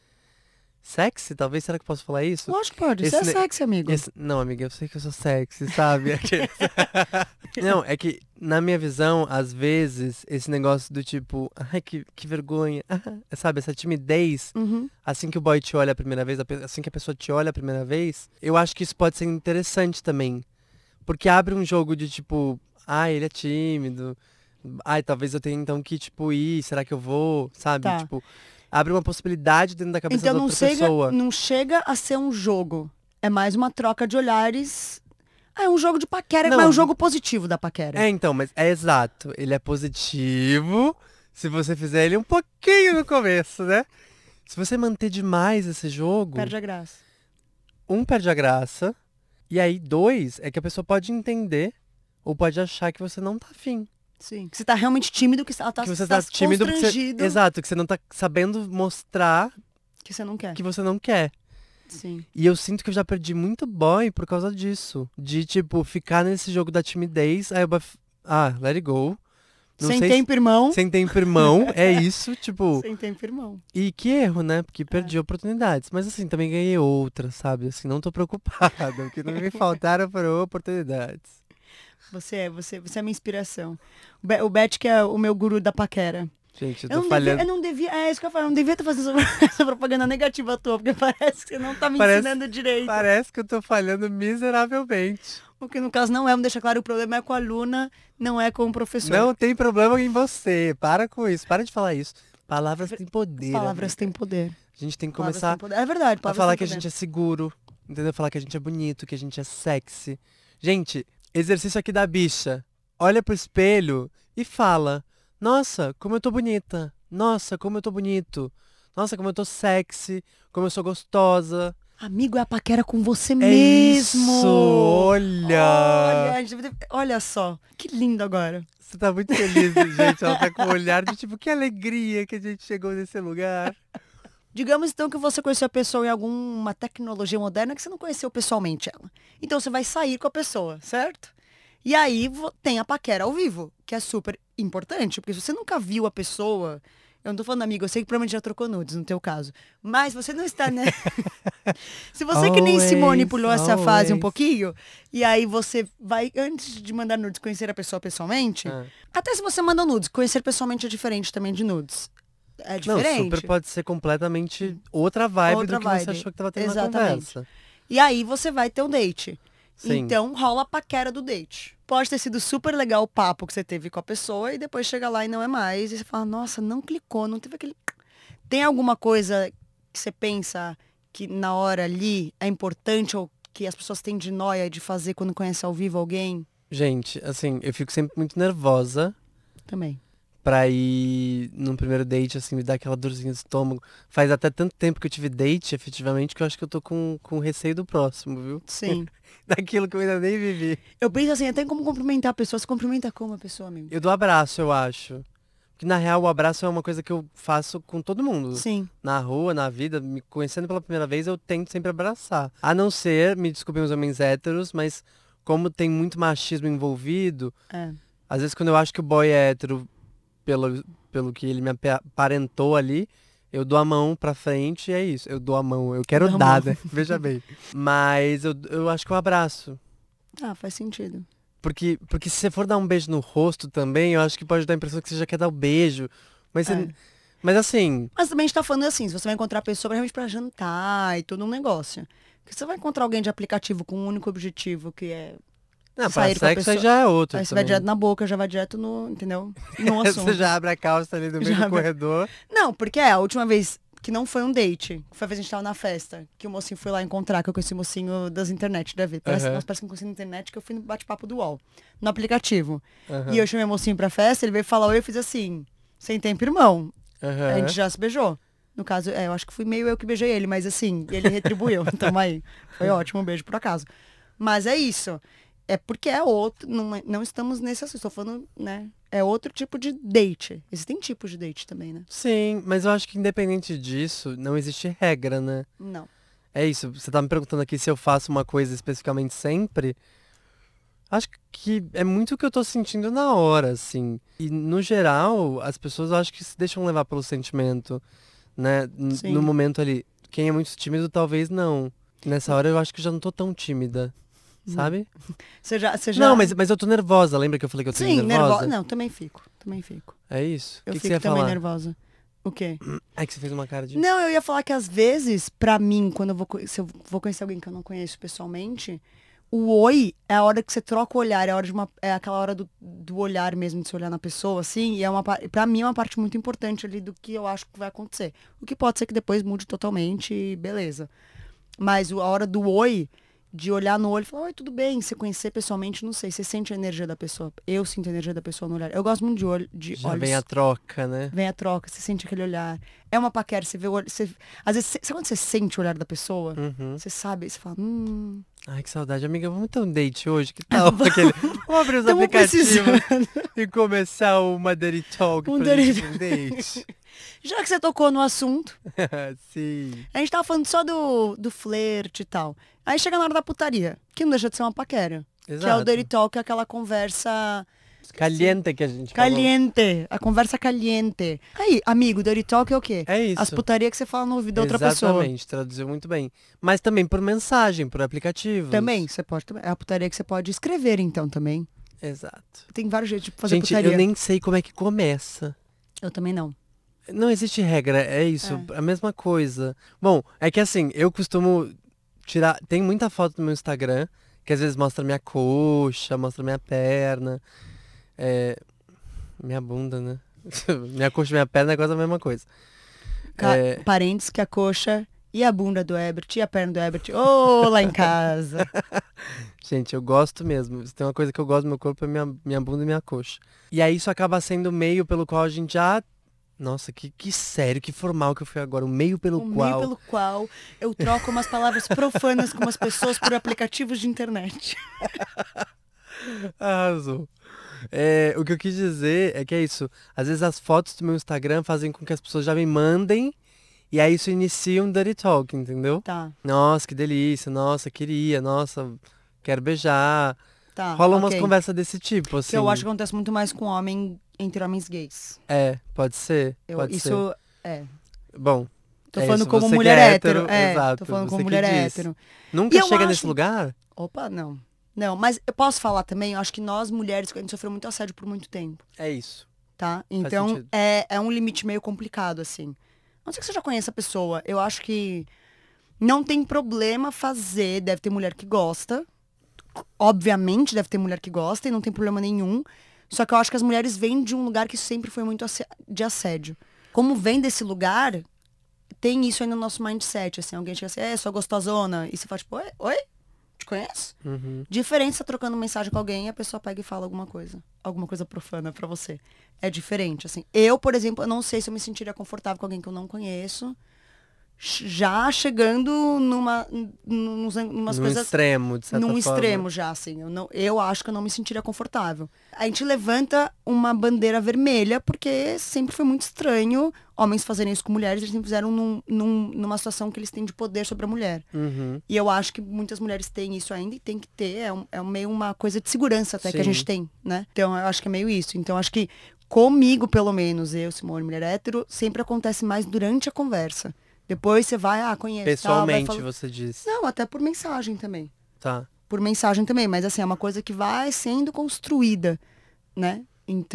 Speaker 1: sexy, talvez, será que eu posso falar isso?
Speaker 2: Lógico que pode, isso é
Speaker 1: Esse ne-
Speaker 2: sexy, amigo.
Speaker 1: Esse- não, amiga, eu sei que eu sou sexy, sabe? Aqueles- não, é que, na minha visão, às vezes, esse negócio do tipo, ai, que, que vergonha, ah", sabe? Essa timidez,
Speaker 2: Uhum.
Speaker 1: assim que o boy te olha a primeira vez, a pe- assim que a pessoa te olha a primeira vez, eu acho que isso pode ser interessante também. Porque abre um jogo de tipo, ai, ele é tímido. Ai, talvez eu tenha então que, tipo, ir, será que eu vou? Sabe?
Speaker 2: Tá.
Speaker 1: Tipo, abre uma possibilidade dentro da cabeça
Speaker 2: Então
Speaker 1: da
Speaker 2: não
Speaker 1: outra
Speaker 2: chega,
Speaker 1: pessoa.
Speaker 2: não chega a ser um jogo. É mais uma troca de olhares. Ah, é um jogo de paquera,
Speaker 1: Não.
Speaker 2: mas é um jogo positivo da paquera.
Speaker 1: É, então, mas é exato. Ele é positivo, se você fizer ele um pouquinho no começo, né? Se você manter demais esse jogo,
Speaker 2: Perde a graça.
Speaker 1: um perde a graça. E aí, dois, é que a pessoa pode entender ou pode achar que você não tá afim.
Speaker 2: Sim. Que você tá realmente tímido, que ela tá,
Speaker 1: que você
Speaker 2: tá,
Speaker 1: tá tímido porque você...
Speaker 2: constrangido,
Speaker 1: Exato, que você não tá sabendo mostrar
Speaker 2: que você não quer.
Speaker 1: que você não quer.
Speaker 2: Sim.
Speaker 1: E eu sinto que eu já perdi muito boy por causa disso. De, tipo, ficar nesse jogo da timidez. Aí eu. baf- Ah, let it go. Não
Speaker 2: Sem
Speaker 1: sei
Speaker 2: tempo, irmão.
Speaker 1: Se... Sem tempo, irmão. é isso, tipo.
Speaker 2: Sem tempo, irmão.
Speaker 1: E que erro, né?
Speaker 2: É.
Speaker 1: Porque perdi oportunidades. Mas assim, também ganhei outras, sabe? Assim, não tô preocupada. Porque não me faltaram foram oportunidades.
Speaker 2: Você é, você, você é minha inspiração. O, Be o Bet, que é o meu guru da paquera.
Speaker 1: Gente, eu
Speaker 2: Eu
Speaker 1: tô
Speaker 2: não, devia,
Speaker 1: falhando.
Speaker 2: eu não devia. É isso que eu falo, eu não devia estar fazendo essa, essa propaganda negativa à toa, porque parece que você não tá me
Speaker 1: Parece-
Speaker 2: ensinando direito.
Speaker 1: Parece que eu tô falhando miseravelmente.
Speaker 2: O que no caso não é, vamos deixar claro, o problema é com a aluna, não é com o professor.
Speaker 1: Não tem problema em você. Para com isso. Para de falar isso. Palavras têm poder.
Speaker 2: Palavras
Speaker 1: Palavras.
Speaker 2: têm poder.
Speaker 1: A gente tem que
Speaker 2: Palavras
Speaker 1: começar
Speaker 2: têm poder. É verdade,
Speaker 1: Pra
Speaker 2: palavras
Speaker 1: falar
Speaker 2: têm
Speaker 1: que a
Speaker 2: poder.
Speaker 1: gente é seguro, entendeu? Falar que a gente é bonito, que a gente é sexy. Gente, exercício aqui da bicha. Olha pro espelho e fala: Nossa, como eu tô bonita. Nossa, como eu tô bonito. Nossa, como eu tô sexy. Como eu sou gostosa.
Speaker 2: Amigo, é a paquera com você
Speaker 1: É
Speaker 2: mesmo.
Speaker 1: isso. Olha.
Speaker 2: Olha, a gente deve- olha só, que lindo agora.
Speaker 1: Você tá muito feliz, gente. Ela tá com um olhar de tipo: Que alegria que a gente chegou nesse lugar.
Speaker 2: Digamos então que você conheceu a pessoa em alguma tecnologia moderna que você não conheceu pessoalmente ela. Então você vai sair com a pessoa, certo? E aí vo- tem a paquera ao vivo, que é super importante, porque se você nunca viu a pessoa, eu não tô falando amigo, eu sei que provavelmente já trocou nudes no teu caso, mas você não está, né? se você que nem Simone
Speaker 1: Always,
Speaker 2: pulou essa fase um
Speaker 1: always.
Speaker 2: pouquinho, e aí você vai, antes de mandar nudes, conhecer a pessoa pessoalmente,
Speaker 1: Ah.
Speaker 2: até se você manda nudes, conhecer pessoalmente é diferente também de nudes. É
Speaker 1: Não,
Speaker 2: diferente.
Speaker 1: super pode ser completamente outra vibe do
Speaker 2: Outra
Speaker 1: que você
Speaker 2: vibe.
Speaker 1: achou que tava tendo na
Speaker 2: Exatamente.
Speaker 1: conversa.
Speaker 2: E aí você vai ter um date.
Speaker 1: Sim.
Speaker 2: Então rola a paquera do date. Pode ter sido super legal o papo que você teve com a pessoa e depois chega lá e não é mais. E você fala, nossa, não clicou, não teve aquele. Tem alguma coisa que você pensa que na hora ali é importante ou que as pessoas têm de noia de fazer quando conhece ao vivo alguém?
Speaker 1: Gente, assim, eu fico sempre muito nervosa
Speaker 2: Também.
Speaker 1: pra ir num primeiro date, assim, me dar aquela dorzinha de estômago. Faz até tanto tempo que eu tive date, efetivamente, que eu acho que eu tô com, com receio do próximo, viu?
Speaker 2: Sim.
Speaker 1: Daquilo que eu ainda nem vivi.
Speaker 2: Eu penso assim, até como cumprimentar a pessoa. Você cumprimenta como a pessoa, amigo?
Speaker 1: Eu dou abraço, eu acho. Porque, na real, o abraço é uma coisa que eu faço com todo mundo.
Speaker 2: Sim.
Speaker 1: Na rua, na vida, me conhecendo pela primeira vez, eu tento sempre abraçar. A não ser, me desculpem os homens héteros, mas como tem muito machismo envolvido,
Speaker 2: É.
Speaker 1: Às vezes quando eu acho que o boy é hétero, pelo, pelo que ele me apa- aparentou ali, eu dou a mão pra frente e é isso. Eu dou a mão, eu quero
Speaker 2: Dou a
Speaker 1: dar,
Speaker 2: mão.
Speaker 1: né? Veja bem. Mas eu, eu acho que eu abraço.
Speaker 2: Ah, faz sentido.
Speaker 1: Porque, porque se você for dar um beijo no rosto também, eu acho que pode dar a impressão que você já quer dar o beijo. Mas, você-
Speaker 2: É.
Speaker 1: mas assim,
Speaker 2: Mas também a gente tá falando assim, se você vai encontrar a pessoa realmente pra jantar e todo um negócio. Porque você vai encontrar alguém de aplicativo com um único objetivo, que é.
Speaker 1: não, para
Speaker 2: Sair com a
Speaker 1: sexo aí
Speaker 2: pessoa-
Speaker 1: já é outro.
Speaker 2: aí você vai
Speaker 1: também.
Speaker 2: direto na boca, já vai direto no. Entendeu? No assunto.
Speaker 1: você já abre a calça ali no meio
Speaker 2: Já
Speaker 1: do
Speaker 2: abre.
Speaker 1: corredor.
Speaker 2: Não, porque é, a última vez que não foi um date, foi a vez que a gente tava na festa, que o mocinho foi lá encontrar, que eu conheci o mocinho das internet, deve. Parece,
Speaker 1: Aham.
Speaker 2: Nossa, parece que eu conheci na internet, que eu fui no bate-papo do UOL, no aplicativo.
Speaker 1: Aham,
Speaker 2: E eu chamei o mocinho pra festa, ele veio falar oi, eu fiz assim, sem tempo, irmão.
Speaker 1: aham.
Speaker 2: A gente já se beijou. No caso, é, eu acho que fui meio eu que beijei ele, mas assim, ele retribuiu. Tamo aí. Foi ótimo, um beijo por acaso. Mas é isso. É porque é outro. Não, é- não estamos nesse assunto. Estou falando, né? É outro tipo de date. Existem tipos de date também, né?
Speaker 1: Sim, mas eu acho que independente disso, não existe regra, né?
Speaker 2: Não.
Speaker 1: É isso, você tá me perguntando aqui se eu faço uma coisa especificamente sempre. Acho que é muito o que eu tô sentindo na hora, assim. E no geral, as pessoas eu acho que se deixam levar pelo sentimento, né? N-
Speaker 2: Sim.
Speaker 1: No momento ali. Quem é muito tímido, talvez não. Nessa hora eu acho que eu já não tô tão tímida, sabe?
Speaker 2: Você já. Você Hum. já...
Speaker 1: Não, mas, mas eu tô nervosa, lembra que eu falei que eu tô
Speaker 2: Sim,
Speaker 1: nervosa?
Speaker 2: nervosa. Não, também fico. Também fico.
Speaker 1: É isso? O
Speaker 2: Eu
Speaker 1: que, que
Speaker 2: fico
Speaker 1: você ia
Speaker 2: também
Speaker 1: falar?
Speaker 2: nervosa. O quê?
Speaker 1: Ai, que você fez uma cara de.
Speaker 2: Não, eu ia falar que às vezes, pra mim, quando eu vou, co- se eu vou conhecer alguém que eu não conheço pessoalmente, o oi é a hora que você troca o olhar, é, a hora de uma, é aquela hora do, do olhar mesmo, de se olhar na pessoa, assim, e é uma, pa- pra mim é uma parte muito importante ali do que eu acho que vai acontecer. O que pode ser que depois mude totalmente, e beleza. Mas o- a hora do oi, de olhar no olho e falar, oi, tudo bem, se conhecer pessoalmente, não sei, você sente a energia da pessoa. Eu sinto a energia da pessoa no olhar. Eu gosto muito de olho, de
Speaker 1: Já
Speaker 2: olhos.
Speaker 1: vem a troca, né?
Speaker 2: Vem a troca, você sente aquele olhar. É uma paquera, você vê o olho. Você... Às vezes, você- sabe quando você sente o olhar da pessoa?
Speaker 1: Uhum.
Speaker 2: Você sabe, você fala, hum.
Speaker 1: Ai, que saudade, amiga. Vamos ter um date hoje? Que tal? Aquele... Vamos abrir os
Speaker 2: Tamo
Speaker 1: aplicativos e começar uma Dirty Talk
Speaker 2: Um
Speaker 1: pra gente
Speaker 2: dirty-
Speaker 1: ter um date.
Speaker 2: Já que você tocou no assunto,
Speaker 1: Sim.
Speaker 2: a gente tava falando só do, do flerte e tal. Aí chega na hora da putaria, que não deixa de ser uma paquera.
Speaker 1: Exato. Tá
Speaker 2: Que é o Dirty Talk, aquela conversa
Speaker 1: Caliente que a gente falou.
Speaker 2: caliente. A conversa caliente. Aí, amigo, Dirty Talk é o quê?
Speaker 1: É isso.
Speaker 2: As putarias que você fala no ouvido da outra pessoa.
Speaker 1: Exatamente, traduziu muito bem. Mas também por mensagem, por aplicativos.
Speaker 2: Também, você pode. É a putaria que você pode escrever, então, também.
Speaker 1: Exato.
Speaker 2: Tem vários jeitos de fazer
Speaker 1: gente,
Speaker 2: putaria.
Speaker 1: eu nem sei como é que começa.
Speaker 2: Eu também não.
Speaker 1: Não existe regra, é isso, a mesma coisa. Bom, é que assim, eu costumo tirar. Tem muita foto no meu Instagram, que às vezes mostra minha coxa, mostra minha perna, é, minha bunda, né? minha coxa e minha perna é quase a mesma coisa.
Speaker 2: Ca-
Speaker 1: É.
Speaker 2: Parentes que a coxa e a bunda do Ebert e a perna do Ebert. Ô, lá em casa.
Speaker 1: Gente, eu gosto mesmo. Se tem uma coisa que eu gosto do meu corpo é minha, minha bunda e minha coxa. E aí isso acaba sendo o meio pelo qual a gente já. Nossa, que, que sério, que formal que eu fui agora. O meio pelo
Speaker 2: o
Speaker 1: qual.
Speaker 2: meio pelo qual eu troco umas palavras profanas com umas pessoas por aplicativos de internet.
Speaker 1: Arrasou. É, o que eu quis dizer é que é isso. Às vezes as fotos do meu Instagram fazem com que as pessoas já me mandem. E aí isso inicia um dirty talk, entendeu?
Speaker 2: Tá,
Speaker 1: Nossa, que delícia. Nossa, queria. Nossa, quero beijar.
Speaker 2: tá.
Speaker 1: Rola umas
Speaker 2: ok.
Speaker 1: conversas desse tipo, assim.
Speaker 2: Que eu acho que acontece muito mais com homem entre homens gays.
Speaker 1: É, pode ser.
Speaker 2: Eu,
Speaker 1: pode ser.
Speaker 2: isso é.
Speaker 1: Bom,
Speaker 2: Tô
Speaker 1: É
Speaker 2: falando
Speaker 1: isso,
Speaker 2: como
Speaker 1: você que
Speaker 2: mulher
Speaker 1: é
Speaker 2: hétero.
Speaker 1: hétero,
Speaker 2: é,
Speaker 1: exato,
Speaker 2: tô falando
Speaker 1: você
Speaker 2: como
Speaker 1: que
Speaker 2: mulher
Speaker 1: diz.
Speaker 2: hétero.
Speaker 1: nunca
Speaker 2: E eu
Speaker 1: chega nesse
Speaker 2: acho-
Speaker 1: lugar?
Speaker 2: Opa, não. Não, mas eu posso falar também, eu acho que nós mulheres, a gente sofreu muito assédio por muito tempo.
Speaker 1: É isso.
Speaker 2: tá? Então
Speaker 1: sentido.
Speaker 2: é, é um limite meio complicado, assim. A não ser que você já conheça a pessoa. Eu acho que não tem problema fazer. Deve ter mulher que gosta. Obviamente deve ter mulher que gosta e não tem problema nenhum. Só que eu acho que as mulheres vêm de um lugar que sempre foi muito assé- de assédio. Como vem desse lugar, tem isso aí no nosso mindset, assim. Alguém chega assim, é, sou gostosona. E você fala, tipo, oi? Oi? Te conheço?
Speaker 1: Uhum.
Speaker 2: Diferente você trocando mensagem com alguém e a pessoa pega e fala alguma coisa. Alguma coisa profana pra você. É diferente, assim. Eu, por exemplo, eu não sei se eu me sentiria confortável com alguém que eu não conheço. ch- Já chegando numa, n- num- num- numas
Speaker 1: Num
Speaker 2: coisas
Speaker 1: extremo, de certa
Speaker 2: num
Speaker 1: forma.
Speaker 2: extremo já, assim. Eu, não, eu acho que eu não me sentiria confortável. A gente levanta uma bandeira vermelha, porque sempre foi muito estranho homens fazerem isso com mulheres, eles sempre fizeram num- num- numa situação que eles têm de poder sobre a mulher.
Speaker 1: Uhum.
Speaker 2: E eu acho que muitas mulheres têm isso ainda e tem que ter. É, um- é meio uma coisa de segurança até que a
Speaker 1: Sim.
Speaker 2: gente tem, né? Então eu acho que é meio isso. Então eu acho que comigo, pelo menos, eu, Simone, mulher hétero, sempre acontece mais durante a conversa. Depois você vai, ah, conhece. tal, vai
Speaker 1: Pessoalmente,
Speaker 2: falando-
Speaker 1: você disse.
Speaker 2: Não, até por mensagem também.
Speaker 1: Tá.
Speaker 2: Por mensagem também, mas assim, é uma coisa que vai sendo construída, né?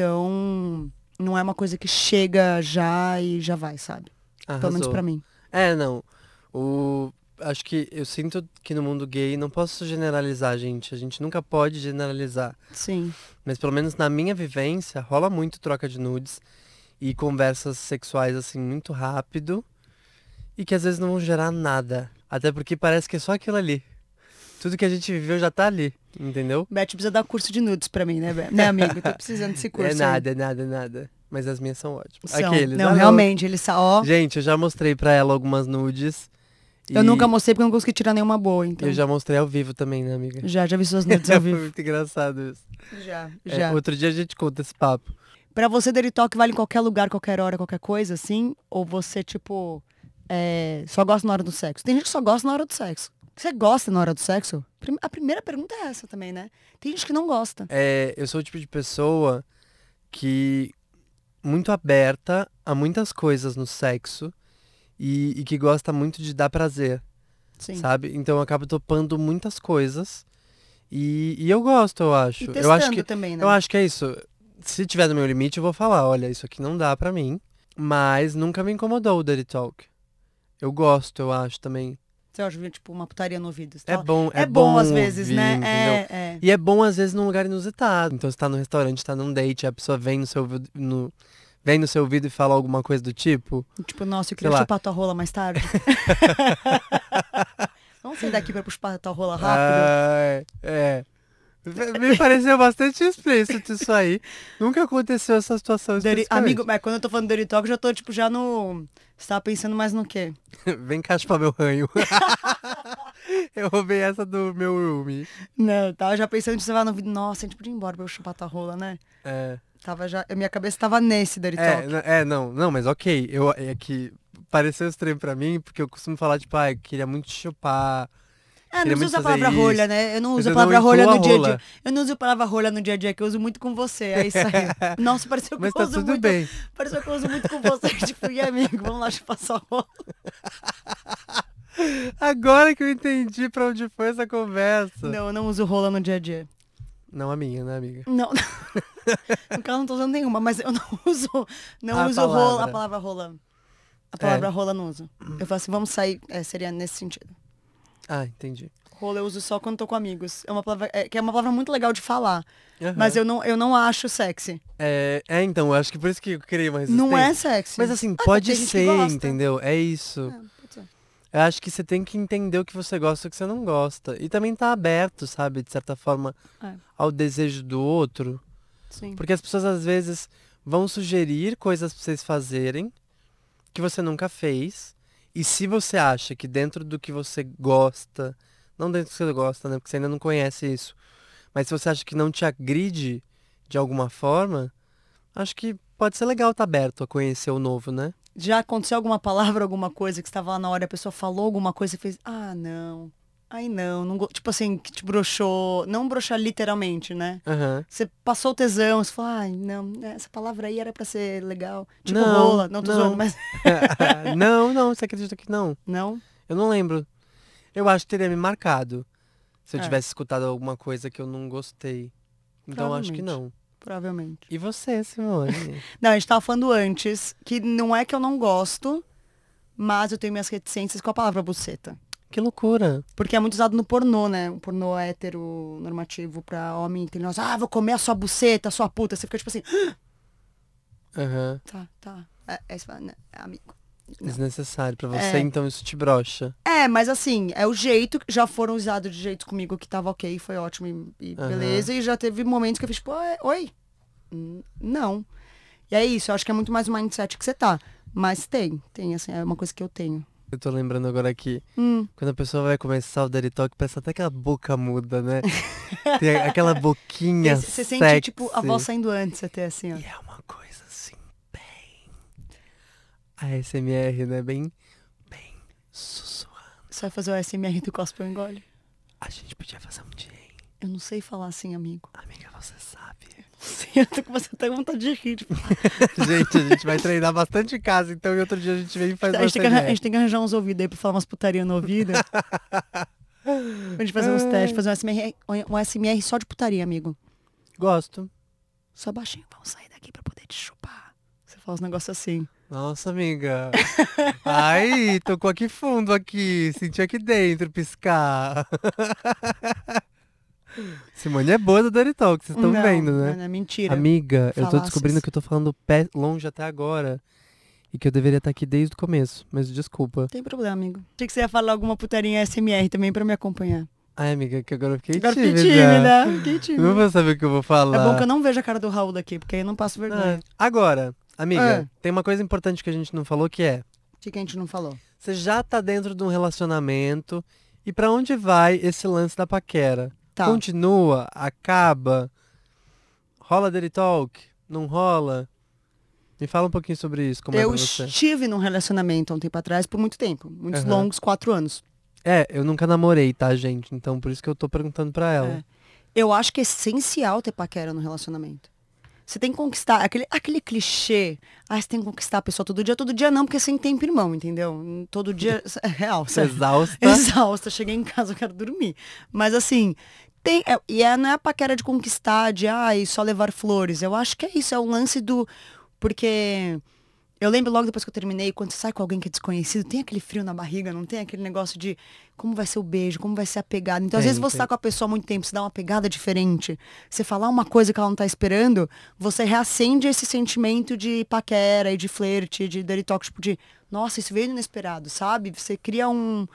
Speaker 2: Então, não é uma coisa que chega já e já vai, sabe? Pelo menos
Speaker 1: Arrasou.
Speaker 2: pra mim.
Speaker 1: É, não. O... Acho que eu sinto que no mundo gay não posso generalizar, gente. A gente nunca pode generalizar.
Speaker 2: Sim.
Speaker 1: Mas pelo menos na minha vivência, rola muito troca de nudes e conversas sexuais, assim, muito rápido. E que às vezes não vão gerar nada. Até porque parece que é só aquilo ali. Tudo que a gente viveu já tá ali, entendeu?
Speaker 2: Beth precisa dar curso de nudes pra mim, né, Beth? Né, amigo? Tô precisando desse curso.
Speaker 1: É
Speaker 2: aí.
Speaker 1: nada, é nada, é nada. Mas as minhas são ótimas.
Speaker 2: São.
Speaker 1: Aqueles.
Speaker 2: Não,
Speaker 1: alô.
Speaker 2: realmente, ele sa... ó,
Speaker 1: Gente, eu já mostrei pra ela algumas nudes. e
Speaker 2: Eu nunca mostrei porque eu não consegui tirar nenhuma boa, então.
Speaker 1: Eu já mostrei ao vivo também, né, amiga?
Speaker 2: já, já vi suas nudes ao
Speaker 1: Foi
Speaker 2: vivo.
Speaker 1: muito engraçado isso.
Speaker 2: Já,
Speaker 1: É,
Speaker 2: já.
Speaker 1: outro dia a gente conta esse papo.
Speaker 2: Pra você, Dirty Talk vale em qualquer lugar, qualquer hora, qualquer coisa, assim? Ou você, tipo, é, só gosta na hora do sexo? Tem gente que só gosta na hora do sexo. Você gosta na hora do sexo? Prim- A primeira pergunta é essa também, né? Tem gente que não gosta.
Speaker 1: É, eu sou o tipo de pessoa que muito aberta a muitas coisas no sexo e, e que gosta muito de dar prazer,
Speaker 2: Sim.
Speaker 1: sabe? Então eu acabo topando muitas coisas e, e eu gosto, eu
Speaker 2: E
Speaker 1: acho.
Speaker 2: testando
Speaker 1: Eu acho que
Speaker 2: também, né?
Speaker 1: eu acho que é isso. Se tiver no meu limite, eu vou falar, olha, isso aqui não dá pra mim, mas nunca me incomodou o dirty talk. Eu gosto, eu acho também.
Speaker 2: Você acha, tipo, uma putaria no ouvido. Você
Speaker 1: É
Speaker 2: fala,
Speaker 1: bom, é,
Speaker 2: é bom, às
Speaker 1: ouvir,
Speaker 2: vezes, né?
Speaker 1: entendeu?
Speaker 2: É, é.
Speaker 1: E é bom, às vezes, num lugar inusitado. Então, você tá num restaurante, tá num date, a pessoa vem no seu ouvido, no- vem no seu ouvido e fala alguma coisa do tipo.
Speaker 2: Tipo, nossa, eu queria
Speaker 1: Sei lá.
Speaker 2: chupar tua rola mais tarde. Vamos sair daqui pra puxar tal
Speaker 1: Ah,
Speaker 2: rola rápido.
Speaker 1: Ai, é. Me pareceu bastante explícito isso aí. Nunca aconteceu essa situação
Speaker 2: Dirty-
Speaker 1: especificamente.
Speaker 2: amigo, mas quando eu tô falando Dirty Talk, eu já tô, tipo, já no... Você tava pensando mais no quê?
Speaker 1: Vem cá chupar meu ranho. eu roubei essa do meu roomie.
Speaker 2: Não, Né, eu tava já pensando de você vai no vídeo. Nossa, a gente podia ir embora pra eu chupar tua rola, né?
Speaker 1: É.
Speaker 2: Tava já... a Minha cabeça tava nesse Dirty
Speaker 1: É,
Speaker 2: Talk.
Speaker 1: n- é, não, não, mas ok. Eu, é que pareceu estranho pra mim, porque eu costumo falar, tipo, ah, eu queria muito chupar.
Speaker 2: É,
Speaker 1: Queria
Speaker 2: não se
Speaker 1: muito
Speaker 2: usa a
Speaker 1: fazer
Speaker 2: palavra
Speaker 1: isso.
Speaker 2: rolha, né? Eu não
Speaker 1: Mas
Speaker 2: uso a
Speaker 1: eu
Speaker 2: palavra
Speaker 1: não
Speaker 2: rolha
Speaker 1: incluo
Speaker 2: no
Speaker 1: a
Speaker 2: dia a
Speaker 1: rola.
Speaker 2: dia. Eu não uso a palavra rolha no dia a dia, que eu uso muito com você. É isso aí. Nossa, pareceu que
Speaker 1: Mas
Speaker 2: eu
Speaker 1: tá
Speaker 2: uso
Speaker 1: tudo
Speaker 2: muito.
Speaker 1: bem.
Speaker 2: Pareceu que eu uso muito com você. tipo, e aí, amigo, vamos lá chupar sua rola.
Speaker 1: Agora que eu entendi pra onde foi essa conversa. Não,
Speaker 2: Não, eu não uso rola no dia a dia.
Speaker 1: a minha, né, amiga?
Speaker 2: Não. no caso, não tô usando nenhuma, mas eu não uso. Não
Speaker 1: A
Speaker 2: uso rola,
Speaker 1: palavra.
Speaker 2: a
Speaker 1: É.
Speaker 2: palavra rola. A palavra rola eu não uso. Eu falo assim, vamos sair. É, seria nesse sentido.
Speaker 1: Ah, entendi.
Speaker 2: Rola eu uso só quando tô com amigos. É uma palavra. é- que é uma palavra muito legal de falar.
Speaker 1: Aham.
Speaker 2: Mas eu não, eu não acho sexy.
Speaker 1: É, é, então, eu acho que por isso que eu criei uma resistência.
Speaker 2: Não é sexy.
Speaker 1: Mas assim,
Speaker 2: Ah,
Speaker 1: pode
Speaker 2: tem gente que
Speaker 1: ser,
Speaker 2: gosta.
Speaker 1: entendeu? É isso.
Speaker 2: É, pode ser.
Speaker 1: Eu acho que você tem que entender o que você gosta e o que você não gosta. E também tá aberto, sabe, de certa forma,
Speaker 2: É.
Speaker 1: ao desejo do outro.
Speaker 2: Sim.
Speaker 1: Porque as pessoas às vezes vão sugerir coisas pra vocês fazerem que você nunca fez. E se você acha que dentro do que você gosta, não dentro do que você gosta, né? Porque você ainda não conhece isso. Mas se você acha que não te agride de alguma forma, acho que pode ser legal estar aberto a conhecer o novo, né?
Speaker 2: Já aconteceu alguma palavra, alguma coisa que estava lá na hora, e a pessoa falou alguma coisa e fez, ah, não. Ai, não, não go-" tipo assim, que te broxou, não broxar literalmente, né?
Speaker 1: Aham.
Speaker 2: Você passou o tesão, você falou, ai, não, né, essa palavra aí era pra ser legal. Tipo
Speaker 1: Não,
Speaker 2: rola, não tô
Speaker 1: não.
Speaker 2: zoando, mas
Speaker 1: não, não, você acredita que não?
Speaker 2: não.
Speaker 1: Eu não lembro. Eu acho que teria me marcado se eu
Speaker 2: É.
Speaker 1: tivesse escutado alguma coisa que eu não gostei. Então acho que
Speaker 2: Provavelmente.
Speaker 1: não.
Speaker 2: Provavelmente.
Speaker 1: E você, Simone?
Speaker 2: Não, a gente tava falando antes que não é que eu não gosto, mas eu tenho minhas reticências com a palavra buceta.
Speaker 1: que loucura.
Speaker 2: Porque é muito usado no pornô, né? O pornô heteronormativo pra homem. Tem nós, ah, vou comer a sua buceta, a sua puta. Você fica tipo assim,
Speaker 1: Aham.
Speaker 2: tá, tá. É, é, você fala, "Né, amigo. Não.
Speaker 1: Desnecessário pra você,
Speaker 2: É.
Speaker 1: então isso te brocha.
Speaker 2: É, mas assim, é o jeito que já foram usados de jeito comigo que tava ok, foi ótimo e, e
Speaker 1: Aham.
Speaker 2: beleza. E já teve momentos que eu fiz, tipo, "Ah, é, oi? Hum, Não. E é isso, eu acho que é muito mais o mindset que você tá. Mas tem, tem, assim, é uma coisa que eu tenho.
Speaker 1: Eu tô lembrando agora aqui,
Speaker 2: Hum,
Speaker 1: quando a pessoa vai começar o Dirty Talk, pensa até que a boca muda, né? Tem a- aquela boquinha
Speaker 2: você você
Speaker 1: sexy.
Speaker 2: sente, tipo, a voz saindo antes até, assim, ó.
Speaker 1: E é uma coisa assim, bem... A SMR, né? Bem... Bem sussurrando.
Speaker 2: Você vai fazer o SMR do cospe eu engole?
Speaker 1: A gente podia fazer um dia, hein?
Speaker 2: Eu não sei falar assim, amigo.
Speaker 1: Amiga, você sabe.
Speaker 2: Sim, eu tô com você até vontade de rir. tipo,
Speaker 1: gente, a gente vai treinar bastante em casa, então e outro dia a gente vem e faz
Speaker 2: a, gente tem que arran- a
Speaker 1: SMR.
Speaker 2: gente tem que arranjar uns ouvidos aí pra falar umas putaria no ouvido. pra gente fazer uns testes, fazer um SMR, um SMR só de putaria, amigo.
Speaker 1: Gosto.
Speaker 2: Só baixinho, vamos sair daqui pra poder te chupar. Você fala uns negócios assim.
Speaker 1: Nossa, amiga. Ai, tocou aqui fundo aqui. Senti aqui dentro piscar. Simone é boa do Dirty Talk, vocês estão
Speaker 2: Não,
Speaker 1: vendo, né?
Speaker 2: Não, é mentira.
Speaker 1: Amiga, eu tô
Speaker 2: Falácias.
Speaker 1: descobrindo que eu tô falando pé longe até agora. E que eu deveria estar aqui desde o começo, mas desculpa.
Speaker 2: Não tem problema, amigo. Achei que você ia falar alguma putaria SMR também pra me acompanhar.
Speaker 1: Ai, amiga, que agora eu fiquei
Speaker 2: Agora fiquei
Speaker 1: tímida.
Speaker 2: tímida. Fiquei
Speaker 1: Não
Speaker 2: tímida.
Speaker 1: vou saber o que eu vou falar.
Speaker 2: É bom que eu não vejo a cara do Raul daqui, porque aí eu não passo vergonha.
Speaker 1: Ah, Agora, amiga,
Speaker 2: É.
Speaker 1: tem uma coisa importante que a gente não falou que é:
Speaker 2: O que que a gente não falou?
Speaker 1: você já tá dentro de um relacionamento e pra onde vai esse lance da paquera?
Speaker 2: Tá.
Speaker 1: Continua, acaba, rola dirty talk, não rola? Me fala um pouquinho sobre isso, como é
Speaker 2: eu
Speaker 1: pra você?
Speaker 2: estive num relacionamento há um tempo atrás por muito tempo. Muitos
Speaker 1: Aham.
Speaker 2: longos, quatro anos.
Speaker 1: É, eu nunca namorei, tá, gente? Então por isso que eu tô perguntando pra ela.
Speaker 2: É. Eu acho que é essencial ter paquera no relacionamento. Você tem que conquistar aquele, aquele clichê. Ah, você tem que conquistar a pessoa todo dia. Todo dia não, porque você tem tempo, irmão, entendeu? Todo dia. É real.
Speaker 1: Você é
Speaker 2: sério.
Speaker 1: exausta.
Speaker 2: Exausta. Cheguei em casa, eu quero dormir. Mas assim, tem. é- e é, não é a paquera de conquistar, de ah, e só levar flores. Eu acho que é isso, é o lance do. Porque. Eu lembro logo depois que eu terminei, quando você sai com alguém que é desconhecido, tem aquele frio na barriga, não tem aquele negócio de como vai ser o beijo, como vai ser a pegada. Então, às
Speaker 1: Tem,
Speaker 2: vezes você
Speaker 1: tem.
Speaker 2: tá com a pessoa há muito tempo, você dá uma pegada diferente, você falar uma coisa que ela não tá esperando, você reacende esse sentimento de paquera e de flerte, de dirty talk, tipo de, nossa, isso veio inesperado, sabe? Você cria um,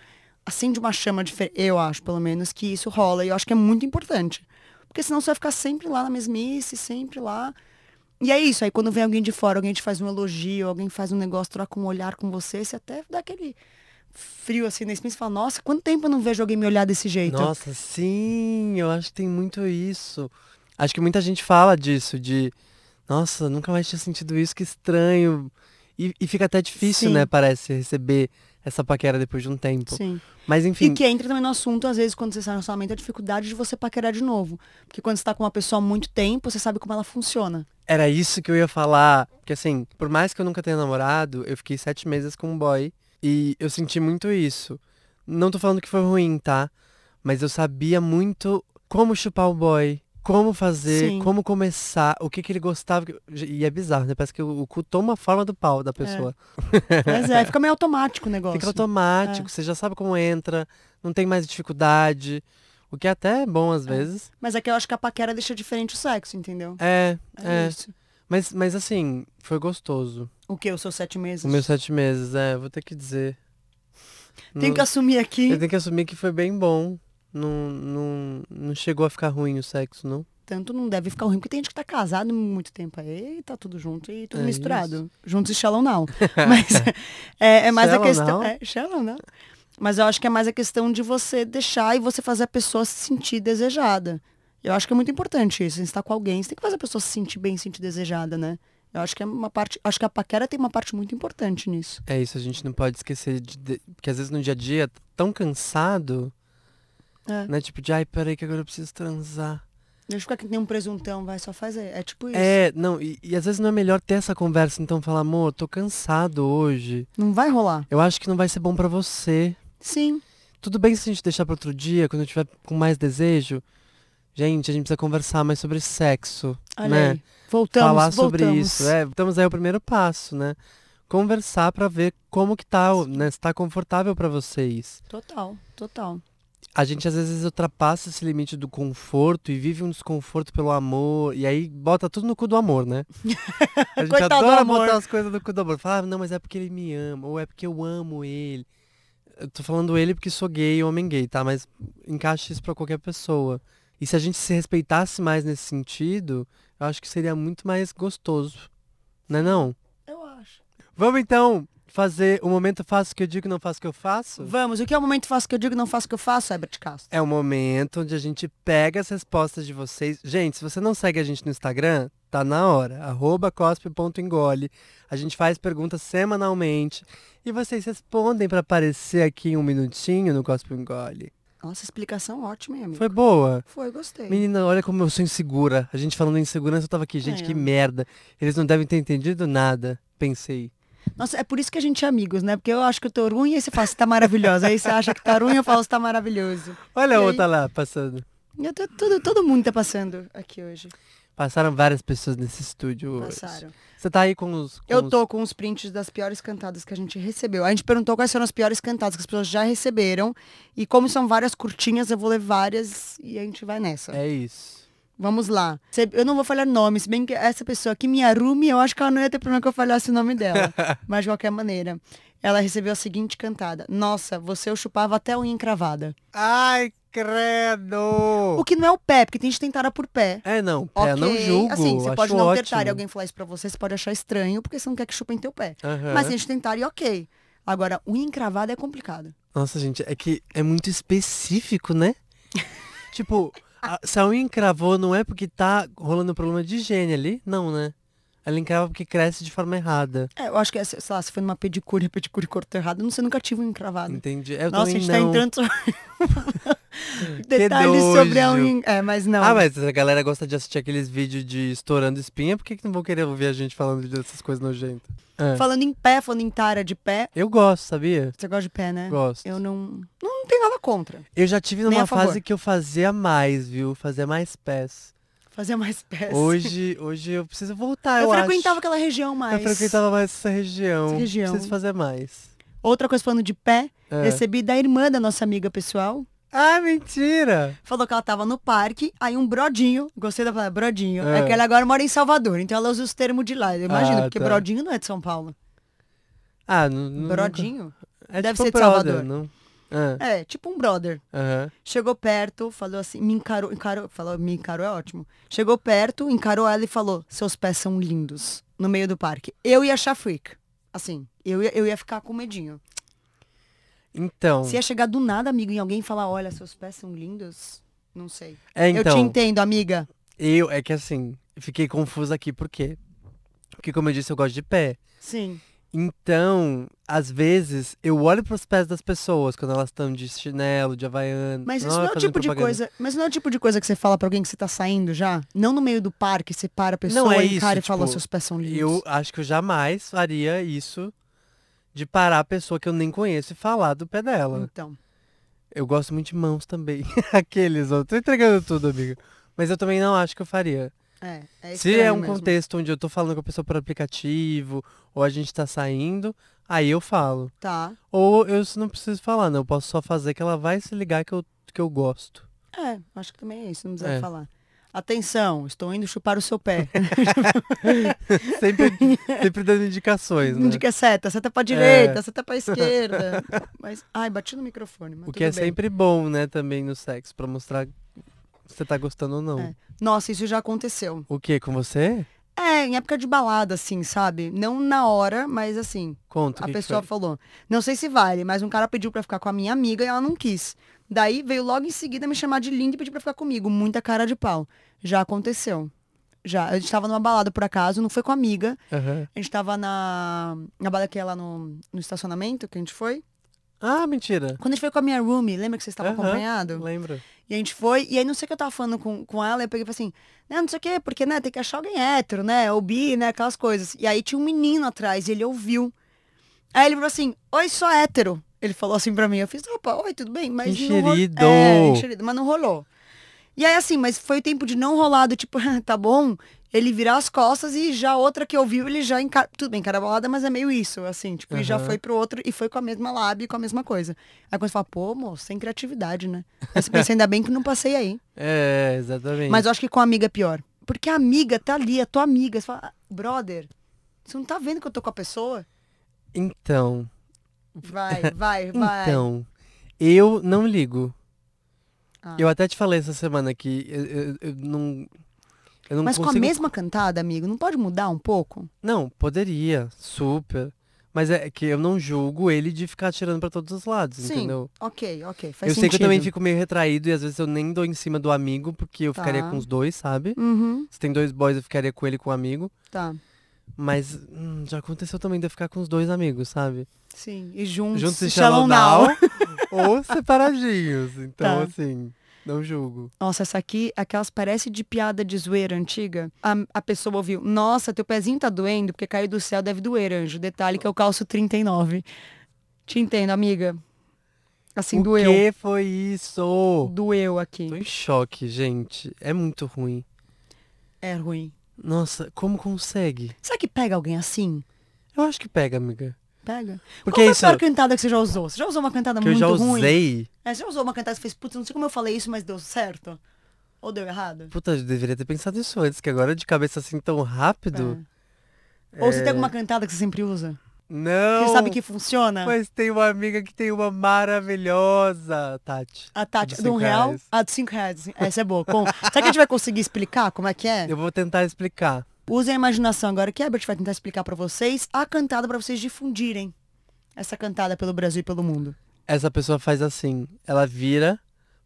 Speaker 2: acende uma chama diferente. Eu acho, pelo menos, que isso rola. E eu acho que é muito importante. Porque senão você vai ficar sempre lá na mesmice, sempre lá. E é isso. Aí quando vem alguém de fora, alguém te faz um elogio, alguém faz um negócio, troca um olhar com você, você até dá aquele frio assim na espinha e fala, nossa, quanto tempo eu não vejo alguém me olhar desse jeito?
Speaker 1: Nossa, Então, sim, eu acho que tem muito isso. Acho que muita gente fala disso, de nossa, nunca mais tinha sentido isso, que estranho. E, e fica até difícil,
Speaker 2: Sim.
Speaker 1: né, parece, receber essa paquera depois de um tempo.
Speaker 2: Sim.
Speaker 1: Mas enfim,
Speaker 2: E que entra também no assunto, às vezes, quando você sai no relacionamento, a dificuldade de você paquerar de novo. Porque quando você tá com uma pessoa há muito tempo, você sabe como ela funciona.
Speaker 1: era isso que eu ia falar. Porque assim, por mais que eu nunca tenha namorado, eu fiquei sete meses com um boy e eu senti muito isso. Não tô falando que foi ruim, tá? Mas eu sabia muito como chupar o boy, como fazer,
Speaker 2: Sim.
Speaker 1: como começar, o que que ele gostava. E é bizarro, né? Parece que o o cu toma a forma do pau da pessoa.
Speaker 2: Mas é, fica meio automático o negócio.
Speaker 1: Fica automático, você já sabe como entra, não tem mais dificuldade. O que até é bom às vezes.
Speaker 2: Mas é que eu acho que a paquera deixa diferente o sexo, entendeu?
Speaker 1: É,
Speaker 2: É,
Speaker 1: é.
Speaker 2: isso.
Speaker 1: Mas, mas assim, foi gostoso.
Speaker 2: O que? Os seus sete meses?
Speaker 1: Os meus sete meses, é, vou ter que dizer.
Speaker 2: Tenho que assumir aqui.
Speaker 1: Eu tenho que assumir que foi bem bom. Não, não, não chegou a ficar ruim o sexo, não.
Speaker 2: Tanto não deve ficar ruim, porque tem gente que tá casado muito tempo aí, e tá tudo junto e tudo
Speaker 1: É
Speaker 2: misturado. Juntos e Shallow Now. Mas é, é mais
Speaker 1: Shallow
Speaker 2: a questão.
Speaker 1: Now?
Speaker 2: É, shallow Now. Mas eu acho que é mais a questão de você deixar e você fazer a pessoa se sentir desejada. Eu acho que é muito importante isso. Você está com alguém, você tem que fazer a pessoa se sentir bem, se sentir desejada, né? Eu acho que é uma parte. Acho que a paquera tem uma parte muito importante nisso.
Speaker 1: É isso, a gente não pode esquecer de. de- porque às vezes no dia a dia, tão cansado,
Speaker 2: É.
Speaker 1: né? Tipo, de ai, peraí que agora eu preciso transar.
Speaker 2: Deixa eu ficar que nem um presuntão, vai, só faz aí. É tipo isso.
Speaker 1: É, não, e, e às vezes não é melhor ter essa conversa, então falar, amor, tô cansado hoje.
Speaker 2: Não vai rolar.
Speaker 1: Eu acho que não vai ser bom pra você.
Speaker 2: Sim.
Speaker 1: Tudo bem se a gente deixar pra outro dia, quando eu tiver com mais desejo. Gente, a gente precisa conversar mais sobre sexo,
Speaker 2: Olha
Speaker 1: né?
Speaker 2: aí. Voltamos,
Speaker 1: Falar
Speaker 2: voltamos.
Speaker 1: sobre isso. É, estamos aí é o primeiro passo, né? Conversar pra ver como que tá, o- né? Se tá confortável pra vocês.
Speaker 2: Total, total.
Speaker 1: A gente às vezes ultrapassa esse limite do conforto e vive um desconforto pelo amor. E aí bota tudo no cu do amor, né? A gente
Speaker 2: Coitado do
Speaker 1: adora
Speaker 2: amor.
Speaker 1: botar as coisas no cu do amor. Fala, ah, não, mas é porque ele me ama, ou é porque eu amo ele. Eu tô falando ele porque sou gay, homem gay, tá? Mas encaixa isso pra qualquer pessoa. E se a gente se respeitasse mais nesse sentido, eu acho que seria muito mais gostoso. Não é não?
Speaker 2: Eu acho.
Speaker 1: Vamos então fazer o momento faço o que eu digo, não faço o que eu faço?
Speaker 2: Vamos, o que é o momento faço que eu digo, não faço que eu faço, Herbert Castro?
Speaker 1: É o momento onde a gente pega as respostas de vocês. Gente, se você não segue a gente no Instagram, tá na hora. Arroba cospe.engole. A gente faz perguntas semanalmente e vocês respondem pra aparecer aqui em um minutinho no Cospe Engole.
Speaker 2: Nossa, explicação ótima, hein, amigo?
Speaker 1: Foi boa?
Speaker 2: Foi, gostei.
Speaker 1: Menina, olha como eu sou insegura. A gente falando em segurança, eu tava aqui, gente,
Speaker 2: É.
Speaker 1: que merda. Eles não devem ter entendido nada. Pensei.
Speaker 2: Nossa, é por isso que a gente é amigos, né? Porque eu acho que eu tô ruim e aí você fala, você tá maravilhosa. Aí você acha que tá ruim, eu falo, você tá maravilhoso.
Speaker 1: Olha
Speaker 2: E
Speaker 1: a
Speaker 2: aí?
Speaker 1: outra lá passando.
Speaker 2: Eu tô, tudo, todo mundo tá passando aqui hoje.
Speaker 1: Passaram várias pessoas nesse estúdio hoje.
Speaker 2: Passaram.
Speaker 1: Você tá aí com os. com
Speaker 2: Eu
Speaker 1: os-
Speaker 2: tô com os prints das piores cantadas que a gente recebeu. A gente perguntou quais foram as piores cantadas que as pessoas já receberam. E como são várias curtinhas, eu vou ler várias e a gente vai nessa.
Speaker 1: É isso.
Speaker 2: Vamos lá. Cê- Eu não vou falar nome, se bem que essa pessoa que me arume, eu acho que ela não ia ter problema que eu falhasse o nome dela. Mas de qualquer maneira, ela recebeu a seguinte cantada: Nossa, você eu chupava até a unha encravada.
Speaker 1: Ai, credo!
Speaker 2: O que não é o pé, porque tem gente que tem tara por pé.
Speaker 1: É, não.
Speaker 2: Ok.
Speaker 1: É, não julgo.
Speaker 2: Assim,
Speaker 1: acho
Speaker 2: pode não ter
Speaker 1: ótimo.
Speaker 2: tara e alguém falar isso pra você, você pode achar estranho, porque você não quer que chupem teu pé.
Speaker 1: Aham.
Speaker 2: Mas tem gente que tem tara e ok. Agora, unha encravada é complicado.
Speaker 1: Nossa, gente, é que é muito específico, né? tipo, a, se a unha encravou, não é porque tá rolando um problema de higiene ali? Não, né? Ela encrava porque cresce de forma errada.
Speaker 2: É, eu acho que, é, sei lá, se foi numa pedicure, a pedicure cortou errado, eu não sei, nunca tive unha encravada.
Speaker 1: Entendi. Eu
Speaker 2: Ah, Nossa, a
Speaker 1: também
Speaker 2: gente
Speaker 1: não.
Speaker 2: tá entrando sobre... detalhes sobre a
Speaker 1: nojo.
Speaker 2: unha. É, mas não.
Speaker 1: Ah, mas a galera gosta de assistir aqueles vídeos de estourando espinha, por que, que não vão querer ouvir a gente falando dessas coisas nojentas? É.
Speaker 2: Falando em pé, falando em tara de pé.
Speaker 1: Eu gosto, sabia?
Speaker 2: Você gosta de pé, né?
Speaker 1: Gosto.
Speaker 2: Eu não. Não, não tenho nada contra.
Speaker 1: Eu já tive
Speaker 2: Nem a
Speaker 1: numa
Speaker 2: favor.
Speaker 1: fase que eu fazia mais, viu? Fazia mais pés.
Speaker 2: Fazer mais pés. Ah,
Speaker 1: Hoje, hoje eu preciso voltar, eu,
Speaker 2: É, Eu, frequentava
Speaker 1: acho.
Speaker 2: aquela região mais.
Speaker 1: Eu frequentava mais essa região.
Speaker 2: Essa região.
Speaker 1: Preciso fazer mais.
Speaker 2: Outra coisa falando de pé,
Speaker 1: É.
Speaker 2: recebi da irmã da nossa amiga pessoal.
Speaker 1: Ah, mentira!
Speaker 2: Falou que ela tava no parque, aí um brodinho, gostei da palavra brodinho, é.
Speaker 1: É.
Speaker 2: que ela agora mora em Salvador, então ela usa os termos de lá, eu imagino,
Speaker 1: Ah,
Speaker 2: porque
Speaker 1: tá.
Speaker 2: brodinho não é de São Paulo.
Speaker 1: Ah, não. não
Speaker 2: brodinho?
Speaker 1: nunca- É
Speaker 2: deve
Speaker 1: tipo
Speaker 2: ser de
Speaker 1: brother,
Speaker 2: Salvador.
Speaker 1: Não, Ah,
Speaker 2: É, tipo um brother.
Speaker 1: aham.
Speaker 2: Chegou perto, falou assim, me encarou, encarou, falou, me encarou é ótimo. Chegou perto, encarou ela e falou, seus pés são lindos, no meio do parque. Eu ia achar freak. Assim, eu ia, eu ia ficar com medinho.
Speaker 1: Então.
Speaker 2: Se ia chegar do nada, amigo, em alguém e falar, olha, seus pés são lindos, não sei.
Speaker 1: É, então.
Speaker 2: Eu te entendo, amiga.
Speaker 1: Eu, é que assim, fiquei confusa aqui, por quê? Porque, como eu disse, eu gosto de pé.
Speaker 2: Sim.
Speaker 1: Então, às vezes, eu olho pros pés das pessoas quando elas estão de chinelo, de havaiana.
Speaker 2: Mas isso
Speaker 1: Nossa,
Speaker 2: não é o
Speaker 1: fazendo
Speaker 2: tipo de
Speaker 1: propaganda.
Speaker 2: coisa. Mas não é o tipo de coisa que você fala pra alguém que você tá saindo já? Não no meio do parque, você para a pessoa,
Speaker 1: Não, é
Speaker 2: encara e
Speaker 1: isso,
Speaker 2: fala,
Speaker 1: tipo,
Speaker 2: seus pés são lindos.
Speaker 1: Eu acho que eu jamais faria isso de parar a pessoa que eu nem conheço e falar do pé dela.
Speaker 2: Então.
Speaker 1: Eu gosto muito de mãos também. Aqueles, ó. Tô entregando tudo, amigo. Mas eu também não acho que eu faria.
Speaker 2: É, é
Speaker 1: Se é
Speaker 2: estranho
Speaker 1: um
Speaker 2: mesmo.
Speaker 1: contexto onde eu tô falando com a pessoa por aplicativo, ou a gente tá saindo, aí eu falo.
Speaker 2: Tá.
Speaker 1: Ou eu s- não preciso falar, não. Eu posso só fazer que ela vai se ligar que eu, que eu gosto.
Speaker 2: É, acho que também é isso, não precisa
Speaker 1: É.
Speaker 2: falar. Atenção, estou indo chupar o seu pé.
Speaker 1: Sempre, sempre dando indicações, né?
Speaker 2: Indica seta, seta pra direita, seta pra esquerda. Mas, ai, bati no microfone, mas
Speaker 1: O
Speaker 2: tudo
Speaker 1: que é
Speaker 2: bem.
Speaker 1: sempre bom, né, também no sexo, pra mostrar se você tá gostando ou não.
Speaker 2: É. Nossa, isso já aconteceu.
Speaker 1: O que? Com você?
Speaker 2: É, em época de balada, assim, sabe? Não na hora, mas assim,
Speaker 1: Conta. o
Speaker 2: A
Speaker 1: que que
Speaker 2: pessoa
Speaker 1: foi.
Speaker 2: falou, não sei se vale, mas um cara pediu pra ficar com a minha amiga e ela não quis. Daí veio logo em seguida me chamar de linda e pedir pra ficar comigo. Muita cara de pau. Já aconteceu. Já. A gente tava numa balada, por acaso, não foi com a amiga.
Speaker 1: Aham.
Speaker 2: A gente tava na, na balada que é lá no, no estacionamento que a gente foi.
Speaker 1: Ah, mentira.
Speaker 2: Quando a gente foi com a minha roomie, lembra que vocês estavam
Speaker 1: Aham.
Speaker 2: acompanhado?
Speaker 1: Lembra?
Speaker 2: E a gente foi, e aí não sei o que eu tava falando com, com ela, eu peguei e falei assim, né, não sei o que, porque, né, tem que achar alguém hétero, né, ou bi, né, aquelas coisas. E aí tinha um menino atrás, e ele ouviu. Aí ele falou assim, oi, sou hétero. Ele falou assim pra mim, eu fiz, opa, oi, tudo bem? Mas não ro-
Speaker 1: Enxerido.
Speaker 2: É, enxerido, mas não rolou. E aí assim, mas foi o tempo de não rolar, do tipo, tá bom, ele virar as costas e já a outra que ouviu, ele já encara, tudo bem, cara bolada, mas é meio isso, assim, tipo, e já
Speaker 1: Aham.
Speaker 2: foi pro outro e foi com a mesma lábia e com a mesma coisa. Aí quando você fala, pô, moço, sem criatividade, né? Aí você pensa, ainda bem que não passei aí.
Speaker 1: É, exatamente.
Speaker 2: Mas eu acho que com a amiga é pior. Porque a amiga tá ali, a tua amiga. Você fala, "Ah, brother, você não tá vendo que eu tô com a pessoa?
Speaker 1: Então,
Speaker 2: Vai, vai, vai.
Speaker 1: então, eu não ligo.
Speaker 2: Ah.
Speaker 1: Eu até te falei essa semana que eu, eu- eu não, eu não
Speaker 2: Mas com a
Speaker 1: consigo...
Speaker 2: mesma cantada, amigo, não pode mudar um pouco?
Speaker 1: Não, poderia, super. Mas é que eu não julgo ele de ficar atirando pra todos os lados,
Speaker 2: Sim,
Speaker 1: entendeu?
Speaker 2: Ok, ok.
Speaker 1: Eu
Speaker 2: Faz
Speaker 1: sei
Speaker 2: sentido.
Speaker 1: que eu também fico meio retraído e às vezes eu nem dou em cima do amigo, porque eu ficaria
Speaker 2: Tá.
Speaker 1: com os dois, sabe?
Speaker 2: Uhum,
Speaker 1: Se tem dois boys, eu ficaria com ele e com o amigo.
Speaker 2: tá.
Speaker 1: Mas hum, já aconteceu também de eu ficar com os dois amigos, sabe?
Speaker 2: Sim. E juntos.
Speaker 1: Juntos
Speaker 2: Hum, se
Speaker 1: em
Speaker 2: chamam
Speaker 1: Shallow
Speaker 2: now.
Speaker 1: Now ou separadinhos. Então,
Speaker 2: Tá.
Speaker 1: assim, não julgo.
Speaker 2: Nossa, essa aqui, aquelas parece de piada de zoeira antiga. A, a pessoa ouviu, nossa, teu pezinho tá doendo porque caiu do céu, deve doer, anjo. Detalhe que eu calço 39. Te entendo, amiga. Assim,
Speaker 1: o
Speaker 2: doeu. Hum.
Speaker 1: que foi isso?
Speaker 2: Doeu aqui.
Speaker 1: Tô em choque, gente. É muito ruim.
Speaker 2: É ruim.
Speaker 1: Nossa, como consegue?
Speaker 2: Será que pega alguém assim?
Speaker 1: Eu acho que pega, amiga.
Speaker 2: Pega.
Speaker 1: Porque é
Speaker 2: Qual foi
Speaker 1: isso
Speaker 2: a pior cantada que você já usou? Você já usou uma cantada
Speaker 1: que eu
Speaker 2: É muito
Speaker 1: já
Speaker 2: ruim?
Speaker 1: usei.
Speaker 2: É, você já usou uma cantada que você fez, putz, não sei como eu falei isso, mas deu certo? Ou deu errado?
Speaker 1: Puta, eu deveria ter pensado isso antes, que agora de cabeça assim tão rápido.
Speaker 2: É. Ou você tem alguma cantada que você sempre usa?
Speaker 1: Não!
Speaker 2: É. Você sabe que é. funciona?
Speaker 1: Mas tem uma amiga que tem uma maravilhosa, Tati.
Speaker 2: A Tati,
Speaker 1: Dos
Speaker 2: de um
Speaker 1: cinco
Speaker 2: real?
Speaker 1: reais.
Speaker 2: A de cinco reais. assim. Essa é boa. Com... Será que a gente vai conseguir explicar como é que é?
Speaker 1: Eu vou tentar explicar.
Speaker 2: Usem a imaginação agora que a Herbert vai tentar explicar pra vocês a cantada pra vocês difundirem essa cantada pelo Brasil e pelo mundo.
Speaker 1: Essa pessoa faz assim, ela vira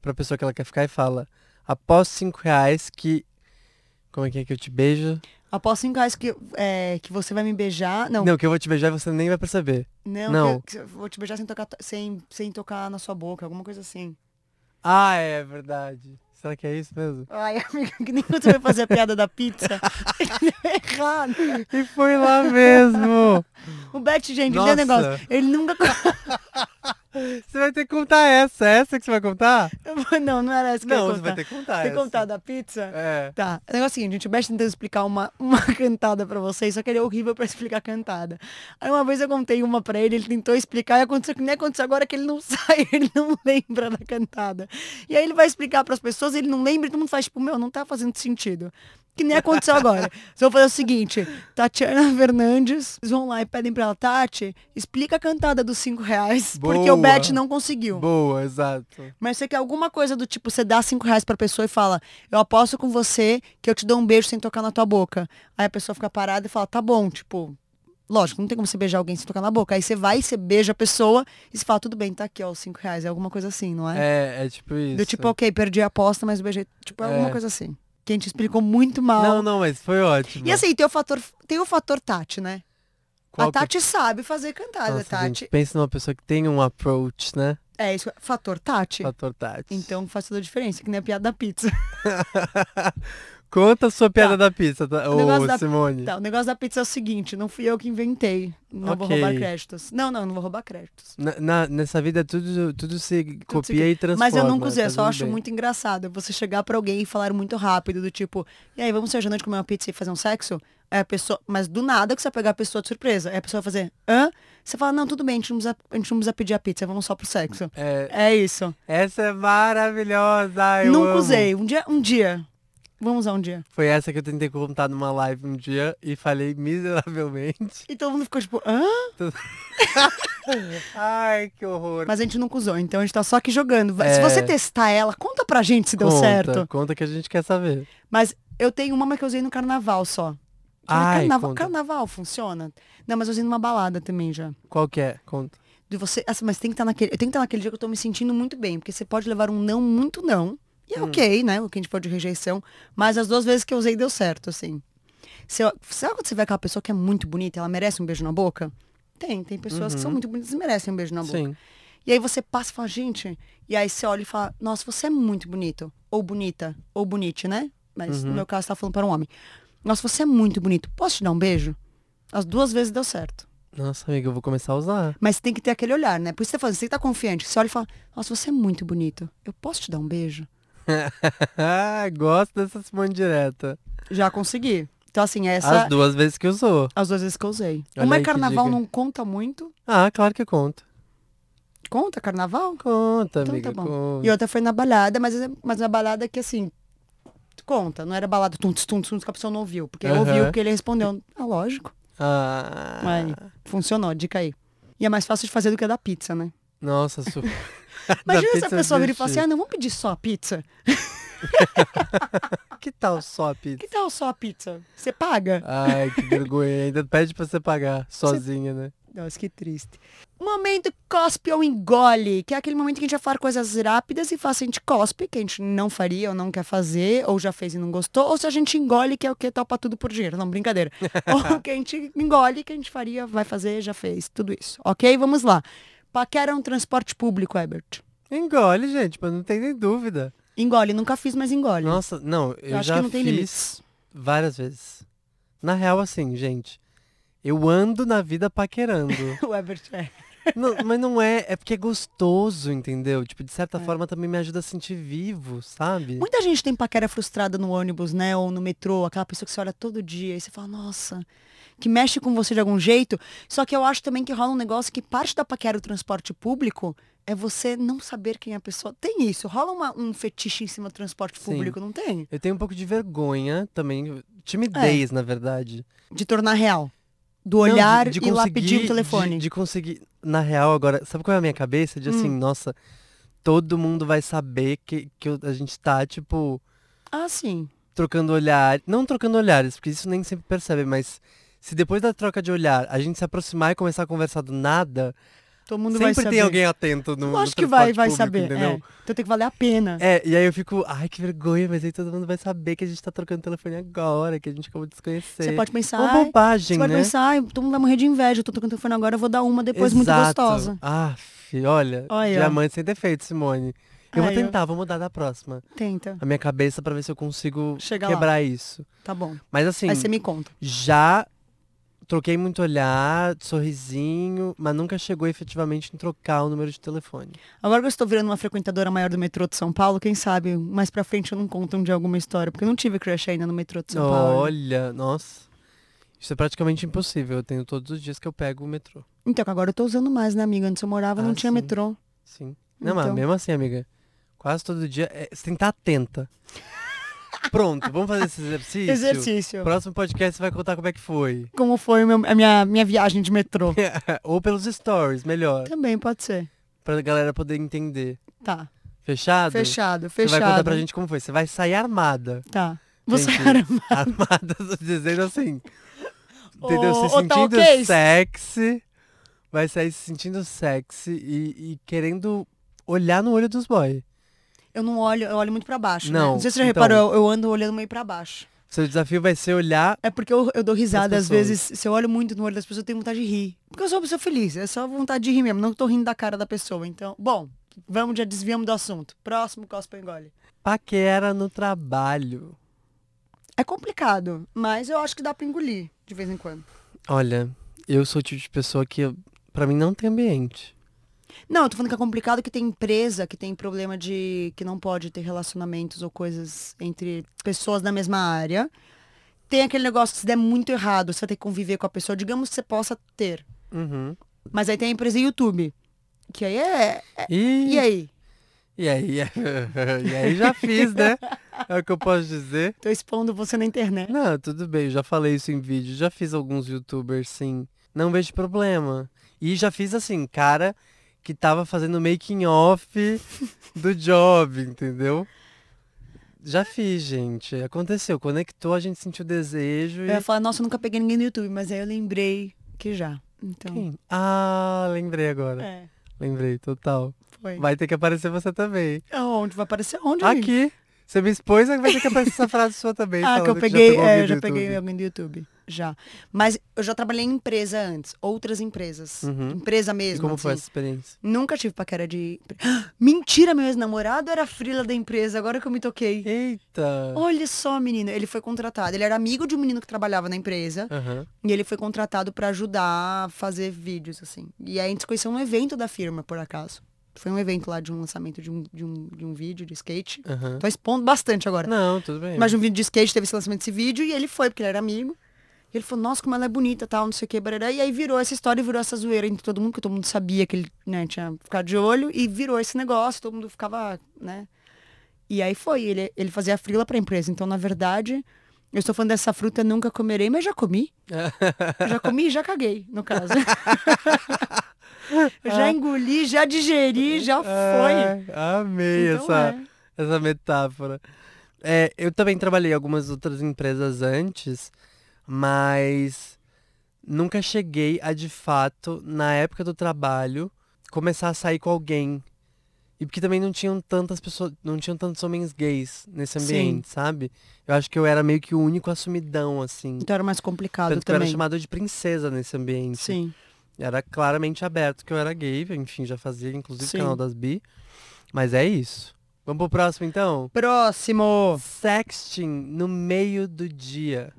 Speaker 1: pra pessoa que ela quer ficar e fala, após cinco reais que... Como é que é que eu te beijo?
Speaker 2: Após cinco reais que, é, que você vai me beijar. Não,
Speaker 1: Não, que eu vou te beijar e você nem vai perceber.
Speaker 2: Não,
Speaker 1: Não.
Speaker 2: que eu- que eu vou te beijar sem tocar, sem, sem tocar na sua boca, alguma coisa assim.
Speaker 1: Ah, é verdade. Será que é isso mesmo?
Speaker 2: Ai, amiga, que nem quando você vai fazer a piada da pizza. Deu errado.
Speaker 1: E foi lá mesmo!
Speaker 2: O Bert, gente, ele
Speaker 1: Nossa.
Speaker 2: tem um negócio. Ele nunca. co-
Speaker 1: Você vai ter que contar essa. É Essa que você vai contar?
Speaker 2: Não, não era essa que eu ia
Speaker 1: Não, você
Speaker 2: contar.
Speaker 1: vai ter que contar
Speaker 2: Tem
Speaker 1: essa.
Speaker 2: que contar da pizza?
Speaker 1: É.
Speaker 2: Tá. O negócio é o seguinte, gente, o Bert tentou explicar uma, uma cantada pra vocês, só que ele é horrível pra explicar cantada. Aí uma vez eu contei uma pra ele, ele tentou explicar, e aconteceu que nem aconteceu agora que ele não sai, ele não lembra da cantada. E aí ele vai explicar pras pessoas, ele não lembra, e todo mundo faz tipo, meu, não tá fazendo sentido. que nem aconteceu agora. Vocês vão fazer o seguinte: Tatiana Fernandes, vocês vão lá e pedem pra ela, Tati, explica a cantada dos cinco reais, porque o
Speaker 1: Boa.
Speaker 2: Bet não conseguiu.
Speaker 1: Boa, exato.
Speaker 2: Mas você quer alguma coisa do tipo, você dá cinco reais pra pessoa e fala, eu aposto com você que eu te dou um beijo sem tocar na tua boca. Aí a pessoa fica parada e fala, tá bom, tipo, lógico, não tem como você beijar alguém sem tocar na boca. Aí você vai, você beija a pessoa e você fala, tudo bem, tá aqui, ó, os cinco reais. É alguma coisa assim, não é?
Speaker 1: É, é tipo isso.
Speaker 2: Do tipo, ok, perdi a aposta, mas beijei. Tipo, é alguma
Speaker 1: É.
Speaker 2: coisa assim. Que a gente explicou muito mal.
Speaker 1: Não, não, mas foi ótimo.
Speaker 2: E assim, tem o fator, tem o fator Tati, né?
Speaker 1: Qual
Speaker 2: a
Speaker 1: que- é
Speaker 2: Tati sabe fazer cantada,
Speaker 1: Nossa,
Speaker 2: Tati.
Speaker 1: gente, pensa numa pessoa que tem um approach, né?
Speaker 2: É isso, fator Tati.
Speaker 1: Fator Tati.
Speaker 2: Então faz toda a diferença, que nem a piada da pizza.
Speaker 1: Conta a sua piada da pizza, tá?
Speaker 2: O negócio
Speaker 1: Ô,
Speaker 2: da-
Speaker 1: Simone.
Speaker 2: Tá, o negócio da pizza é o seguinte, não fui eu que inventei. Não vou
Speaker 1: Ok.
Speaker 2: roubar créditos. Não, não, não vou roubar créditos.
Speaker 1: Na- na- nessa vida é tudo, tudo se copia
Speaker 2: se-
Speaker 1: e transforma.
Speaker 2: Mas eu nunca usei, eu
Speaker 1: tá
Speaker 2: só
Speaker 1: tudo
Speaker 2: acho
Speaker 1: bem.
Speaker 2: muito engraçado você chegar pra alguém e falar muito rápido, do tipo, e aí, vamos ser jantante comer uma pizza e fazer um sexo? É a pessoa, mas do nada que você vai pegar a pessoa de surpresa. Aí a pessoa vai fazer, hã? Você fala, não, tudo bem, a gente não precisa, a gente não precisa pedir a pizza, vamos só pro sexo.
Speaker 1: É,
Speaker 2: É isso.
Speaker 1: essa é maravilhosa. ai, Ah, Eu
Speaker 2: nunca
Speaker 1: amo.
Speaker 2: usei. Um dia, um dia. Vamos usar um dia.
Speaker 1: Foi essa que eu tentei contar numa live um dia e falei miseravelmente.
Speaker 2: E todo mundo ficou tipo, hã?
Speaker 1: Ai, que horror.
Speaker 2: Mas a gente nunca usou, então a gente tá só aqui jogando. Vai- Se
Speaker 1: É.
Speaker 2: você testar ela, conta pra gente se deu
Speaker 1: conta,
Speaker 2: certo.
Speaker 1: Conta que a gente quer saber.
Speaker 2: Mas eu tenho uma mas que eu usei no carnaval só. Que era
Speaker 1: Ai,
Speaker 2: carnaval,
Speaker 1: conta.
Speaker 2: carnaval funciona. Não, mas eu usei numa balada também já.
Speaker 1: Qual que é? Conta.
Speaker 2: De você, assim, mas tem que estar naquele, eu tenho que estar naquele dia que eu tô me sentindo muito bem, porque você pode levar um não muito não. E
Speaker 1: Hum.
Speaker 2: é OK, né? O que a gente pode de rejeição, mas as duas vezes que eu usei deu certo, assim. Se eu- sabe quando você vê aquela pessoa que é muito bonita, ela merece um beijo na boca? Tem, tem pessoas
Speaker 1: Uhum.
Speaker 2: que são muito bonitas e merecem um beijo na boca.
Speaker 1: Sim.
Speaker 2: E aí você passa e fala, gente. E aí você olha e fala, nossa, você é muito bonito. Ou bonita. Ou bonite, né? Mas
Speaker 1: Uhum.
Speaker 2: no meu caso, você tá falando para um homem. Nossa, você é muito bonito. Posso te dar um beijo? As duas vezes deu certo.
Speaker 1: Nossa, amiga, eu vou começar a usar.
Speaker 2: Mas tem que ter aquele olhar, né? Por isso que você tá falando, você tem que tá confiante. Você olha e fala, nossa, você é muito bonito. Eu posso te dar um beijo?
Speaker 1: Gosto dessa Simone direta.
Speaker 2: Já consegui. Então, assim, essa.
Speaker 1: As duas vezes que usou.
Speaker 2: As duas vezes que eu usei.
Speaker 1: Olha
Speaker 2: Uma é
Speaker 1: aí que
Speaker 2: carnaval,
Speaker 1: dica.
Speaker 2: não conta muito.
Speaker 1: Ah, claro que conta.
Speaker 2: Conta carnaval?
Speaker 1: Conta,
Speaker 2: Então
Speaker 1: amiga,
Speaker 2: tá bom.
Speaker 1: conta.
Speaker 2: E outra foi na balada, mas, mas na balada que assim. Conta, não era balada tuntos, tuntos, tuntos, que a pessoa não ouviu. Porque
Speaker 1: Aham.
Speaker 2: ouviu que ele respondeu. Ah, lógico.
Speaker 1: Ah,
Speaker 2: Aí, funcionou, dica aí. E é mais fácil de fazer do que a da pizza, né?
Speaker 1: Nossa, su...
Speaker 2: Imagina se a pessoa vira
Speaker 1: vira
Speaker 2: e fala assim, ah, não, vamos pedir só a pizza. "Ah,
Speaker 1: Que tal só a pizza?
Speaker 2: Que tal só a pizza? Você paga?
Speaker 1: Ai, que vergonha. Ainda pede pra você pagar sozinha, né?
Speaker 2: Nossa, que triste. Momento cospe ou engole, que é aquele momento que a gente vai falar coisas rápidas e faz a gente cospe, que a gente não faria ou não quer fazer, ou já fez e não gostou, ou se a gente engole, que é o que topa tudo por dinheiro. Não, brincadeira. ou que a gente engole, que a gente faria, vai fazer, já fez, tudo isso. Ok? Vamos lá. Paquera é um transporte público, Herbert.
Speaker 1: Engole, gente, mas não tem nem dúvida.
Speaker 2: Engole, nunca fiz, mas engole.
Speaker 1: Nossa, não, eu,
Speaker 2: Eu acho
Speaker 1: já
Speaker 2: que não tem
Speaker 1: fiz
Speaker 2: limites.
Speaker 1: várias vezes. Na real, assim, gente, eu ando na vida paquerando.
Speaker 2: O Herbert é.
Speaker 1: Não, mas não é, é porque é gostoso, entendeu? Tipo, de
Speaker 2: É.
Speaker 1: certa forma também me ajuda a sentir vivo, sabe?
Speaker 2: Muita gente tem paquera frustrada no ônibus, né? Ou no metrô, aquela pessoa que você olha todo dia e você fala, nossa, que mexe com você de algum jeito. Só que eu acho também que rola um negócio que parte da paquera do transporte público é você não saber quem é a pessoa. Tem isso, rola uma- um fetiche em cima do transporte
Speaker 1: Sim.
Speaker 2: público, não tem?
Speaker 1: Eu tenho um pouco de vergonha também,
Speaker 2: É.
Speaker 1: timidez, na verdade.
Speaker 2: De tornar real. Do
Speaker 1: Não,
Speaker 2: olhar
Speaker 1: de- de
Speaker 2: e lá
Speaker 1: conseguir-
Speaker 2: pedir o
Speaker 1: de-
Speaker 2: telefone. Hum.
Speaker 1: De, conseguir. Na real, agora, sabe qual é a minha cabeça? De assim, nossa, todo mundo vai saber que, que eu- a gente tá, tipo,
Speaker 2: Ah, sim.
Speaker 1: trocando olhar. Não trocando olhares, porque isso nem sempre percebe, mas se depois da troca de olhar a gente se aproximar e começar a conversar do nada,
Speaker 2: Todo mundo vai
Speaker 1: sempre
Speaker 2: saber.
Speaker 1: tem alguém atento no.
Speaker 2: Eu
Speaker 1: no
Speaker 2: acho que vai,
Speaker 1: transporte
Speaker 2: vai
Speaker 1: público,
Speaker 2: saber.
Speaker 1: Entendeu?
Speaker 2: é. Então tem que valer a pena.
Speaker 1: É, e aí eu fico, ai, que vergonha, mas aí todo mundo vai saber que a gente tá trocando telefone agora, que a gente acabou de se conhecer. É
Speaker 2: Você pode pensar.
Speaker 1: Uma
Speaker 2: "Ai,
Speaker 1: bobagem,
Speaker 2: Você vai
Speaker 1: né?
Speaker 2: pensar, "Ai, todo mundo vai morrer de inveja, eu tô tocando telefone agora, eu vou dar uma depois muito
Speaker 1: Exato.
Speaker 2: gostosa.
Speaker 1: Ah, fi, olha,
Speaker 2: Olha.
Speaker 1: diamante sem defeito, Simone. Eu
Speaker 2: Ai,
Speaker 1: vou
Speaker 2: eu-
Speaker 1: tentar, vou mudar da próxima.
Speaker 2: Tenta,
Speaker 1: A minha cabeça pra ver se eu consigo
Speaker 2: Chega lá.
Speaker 1: quebrar isso.
Speaker 2: tá bom.
Speaker 1: Mas assim,
Speaker 2: Aí você me conta.
Speaker 1: já troquei muito olhar, sorrisinho, mas nunca chegou efetivamente em trocar o número de telefone.
Speaker 2: Agora que eu estou virando uma frequentadora maior do metrô de São Paulo, quem sabe mais pra frente eu não conto um dia alguma história, porque eu não tive crush ainda no metrô de São Paulo.
Speaker 1: Olha, nossa. Isso é praticamente impossível. Eu tenho todos os dias que eu pego o metrô.
Speaker 2: Então, que agora eu tô usando mais, né, amiga? Antes eu morava, não
Speaker 1: Ah,
Speaker 2: tinha
Speaker 1: sim.
Speaker 2: metrô.
Speaker 1: Sim. Não, mas
Speaker 2: Então.
Speaker 1: mesmo assim, amiga, quase todo dia. é, você tem que estar atenta. Pronto, vamos fazer esse exercício.
Speaker 2: Exercício.
Speaker 1: Próximo podcast você vai contar como é que foi.
Speaker 2: Como foi o meu- a minha, minha viagem de metrô.
Speaker 1: Ou pelos stories, melhor.
Speaker 2: Também pode ser.
Speaker 1: Pra galera poder entender.
Speaker 2: Tá.
Speaker 1: Fechado? Você
Speaker 2: Fechado, fechado.
Speaker 1: vai contar pra gente como foi. Você vai sair armada.
Speaker 2: Tá. Você
Speaker 1: Gente,
Speaker 2: era...
Speaker 1: Armada, tô dizendo assim. Entendeu?
Speaker 2: Ô,
Speaker 1: Se
Speaker 2: ô, tá
Speaker 1: sentindo
Speaker 2: ok?
Speaker 1: sexy. Vai sair se sentindo sexy e, e querendo olhar no olho dos boy.
Speaker 2: Eu não olho, eu olho muito pra baixo. né?
Speaker 1: Não,
Speaker 2: Não sei se você já
Speaker 1: então-
Speaker 2: reparou, eu, eu ando olhando meio pra baixo.
Speaker 1: Seu desafio vai ser olhar.
Speaker 2: É porque eu, eu dou risada,
Speaker 1: As
Speaker 2: às vezes, se eu olho muito no olho das pessoas, eu tenho vontade de rir. Porque eu sou uma pessoa feliz, é só vontade de rir mesmo, não tô rindo da cara da pessoa. Então, bom, vamos, já desviamos do assunto. Próximo cosplay engole.
Speaker 1: Paquera no trabalho.
Speaker 2: É complicado, mas eu acho que dá pra engolir de vez em quando.
Speaker 1: Olha, eu sou o tipo de pessoa que, eu- pra mim, não tem ambiente.
Speaker 2: Não, eu tô falando que é complicado que tem empresa que tem problema de que não pode ter relacionamentos ou coisas entre pessoas da mesma área. Tem aquele negócio que se der muito errado, você vai ter que conviver com a pessoa, digamos que você possa ter.
Speaker 1: Uhum.
Speaker 2: Mas aí tem a empresa YouTube. Que aí é.
Speaker 1: E,
Speaker 2: E aí?
Speaker 1: e aí? E aí já fiz, né? É o que eu posso dizer.
Speaker 2: Tô expondo você na internet.
Speaker 1: Não, tudo bem, eu já falei isso em vídeo, já fiz alguns youtubers, sim. Não vejo problema. E já fiz assim, cara que tava fazendo making off do job, entendeu? Já fiz, gente. Aconteceu, conectou, a gente sentiu desejo
Speaker 2: Eu
Speaker 1: e.
Speaker 2: ia falar, nossa, eu nunca peguei ninguém no YouTube, mas aí eu lembrei que já. Então.
Speaker 1: Quem? Ah, lembrei agora.
Speaker 2: É,
Speaker 1: Lembrei, total.
Speaker 2: foi.
Speaker 1: Vai ter que aparecer você também.
Speaker 2: Onde? Vai aparecer onde? amigo?
Speaker 1: Aqui. Você me expôs, vai ter que aparecer essa frase sua também.
Speaker 2: Ah, que eu
Speaker 1: falando já
Speaker 2: peguei.
Speaker 1: pegou
Speaker 2: é,
Speaker 1: alguém
Speaker 2: eu
Speaker 1: do
Speaker 2: já
Speaker 1: YouTube.
Speaker 2: peguei alguém do YouTube. Já. Mas eu já trabalhei em empresa antes, outras empresas.
Speaker 1: Uhum.
Speaker 2: Empresa
Speaker 1: E
Speaker 2: mesmo.
Speaker 1: como foi
Speaker 2: assim.
Speaker 1: essa experiência?
Speaker 2: Nunca tive paquera de. Mentira, meu ex-namorado era frila da empresa, agora que eu me toquei.
Speaker 1: É. Eita!
Speaker 2: Olha só, menina, ele foi contratado. Ele era amigo de um menino que trabalhava na empresa.
Speaker 1: Aham.
Speaker 2: E ele foi contratado pra ajudar a fazer vídeos, assim. E aí a gente se conheceu num evento da firma, por acaso. Foi um evento lá de um lançamento de um, de um, de um vídeo de skate.
Speaker 1: Aham.
Speaker 2: Tô expondo bastante agora.
Speaker 1: Não, tudo bem.
Speaker 2: Mas de um vídeo de skate teve esse lançamento desse vídeo e ele foi, porque ele era amigo. E ele falou, nossa, como ela é bonita, tal, não sei o que, barará. E aí virou essa história e virou essa zoeira entre todo mundo, porque todo mundo sabia que ele né, tinha ficado de olho. E virou esse negócio, todo mundo ficava, né? E aí foi, ele, ele fazia frila pra empresa. Então, na verdade, eu estou falando dessa fruta, nunca comerei, mas já comi. Eu já comi e já caguei, no caso. Eu já engoli, já
Speaker 1: É.
Speaker 2: digeri, já foi.
Speaker 1: Ai, É, amei
Speaker 2: Então,
Speaker 1: essa,
Speaker 2: é.
Speaker 1: essa metáfora. É, eu também trabalhei em algumas outras empresas antes, mas nunca cheguei a, de fato, na época do trabalho, começar a sair com alguém. E porque também não tinham tantas pessoas, não tinham tantos homens gays nesse
Speaker 2: Sim.
Speaker 1: ambiente, sabe? Eu acho que eu era meio que o único assumidão, assim.
Speaker 2: Então era mais complicado
Speaker 1: Tanto que eu era
Speaker 2: também.
Speaker 1: chamado né? de princesa nesse ambiente.
Speaker 2: Sim.
Speaker 1: Era claramente aberto que eu era gay, enfim, já fazia inclusive
Speaker 2: Sim.
Speaker 1: o canal das bi. Mas é isso. Vamos pro próximo então?
Speaker 2: Próximo.
Speaker 1: Sexting no meio do dia.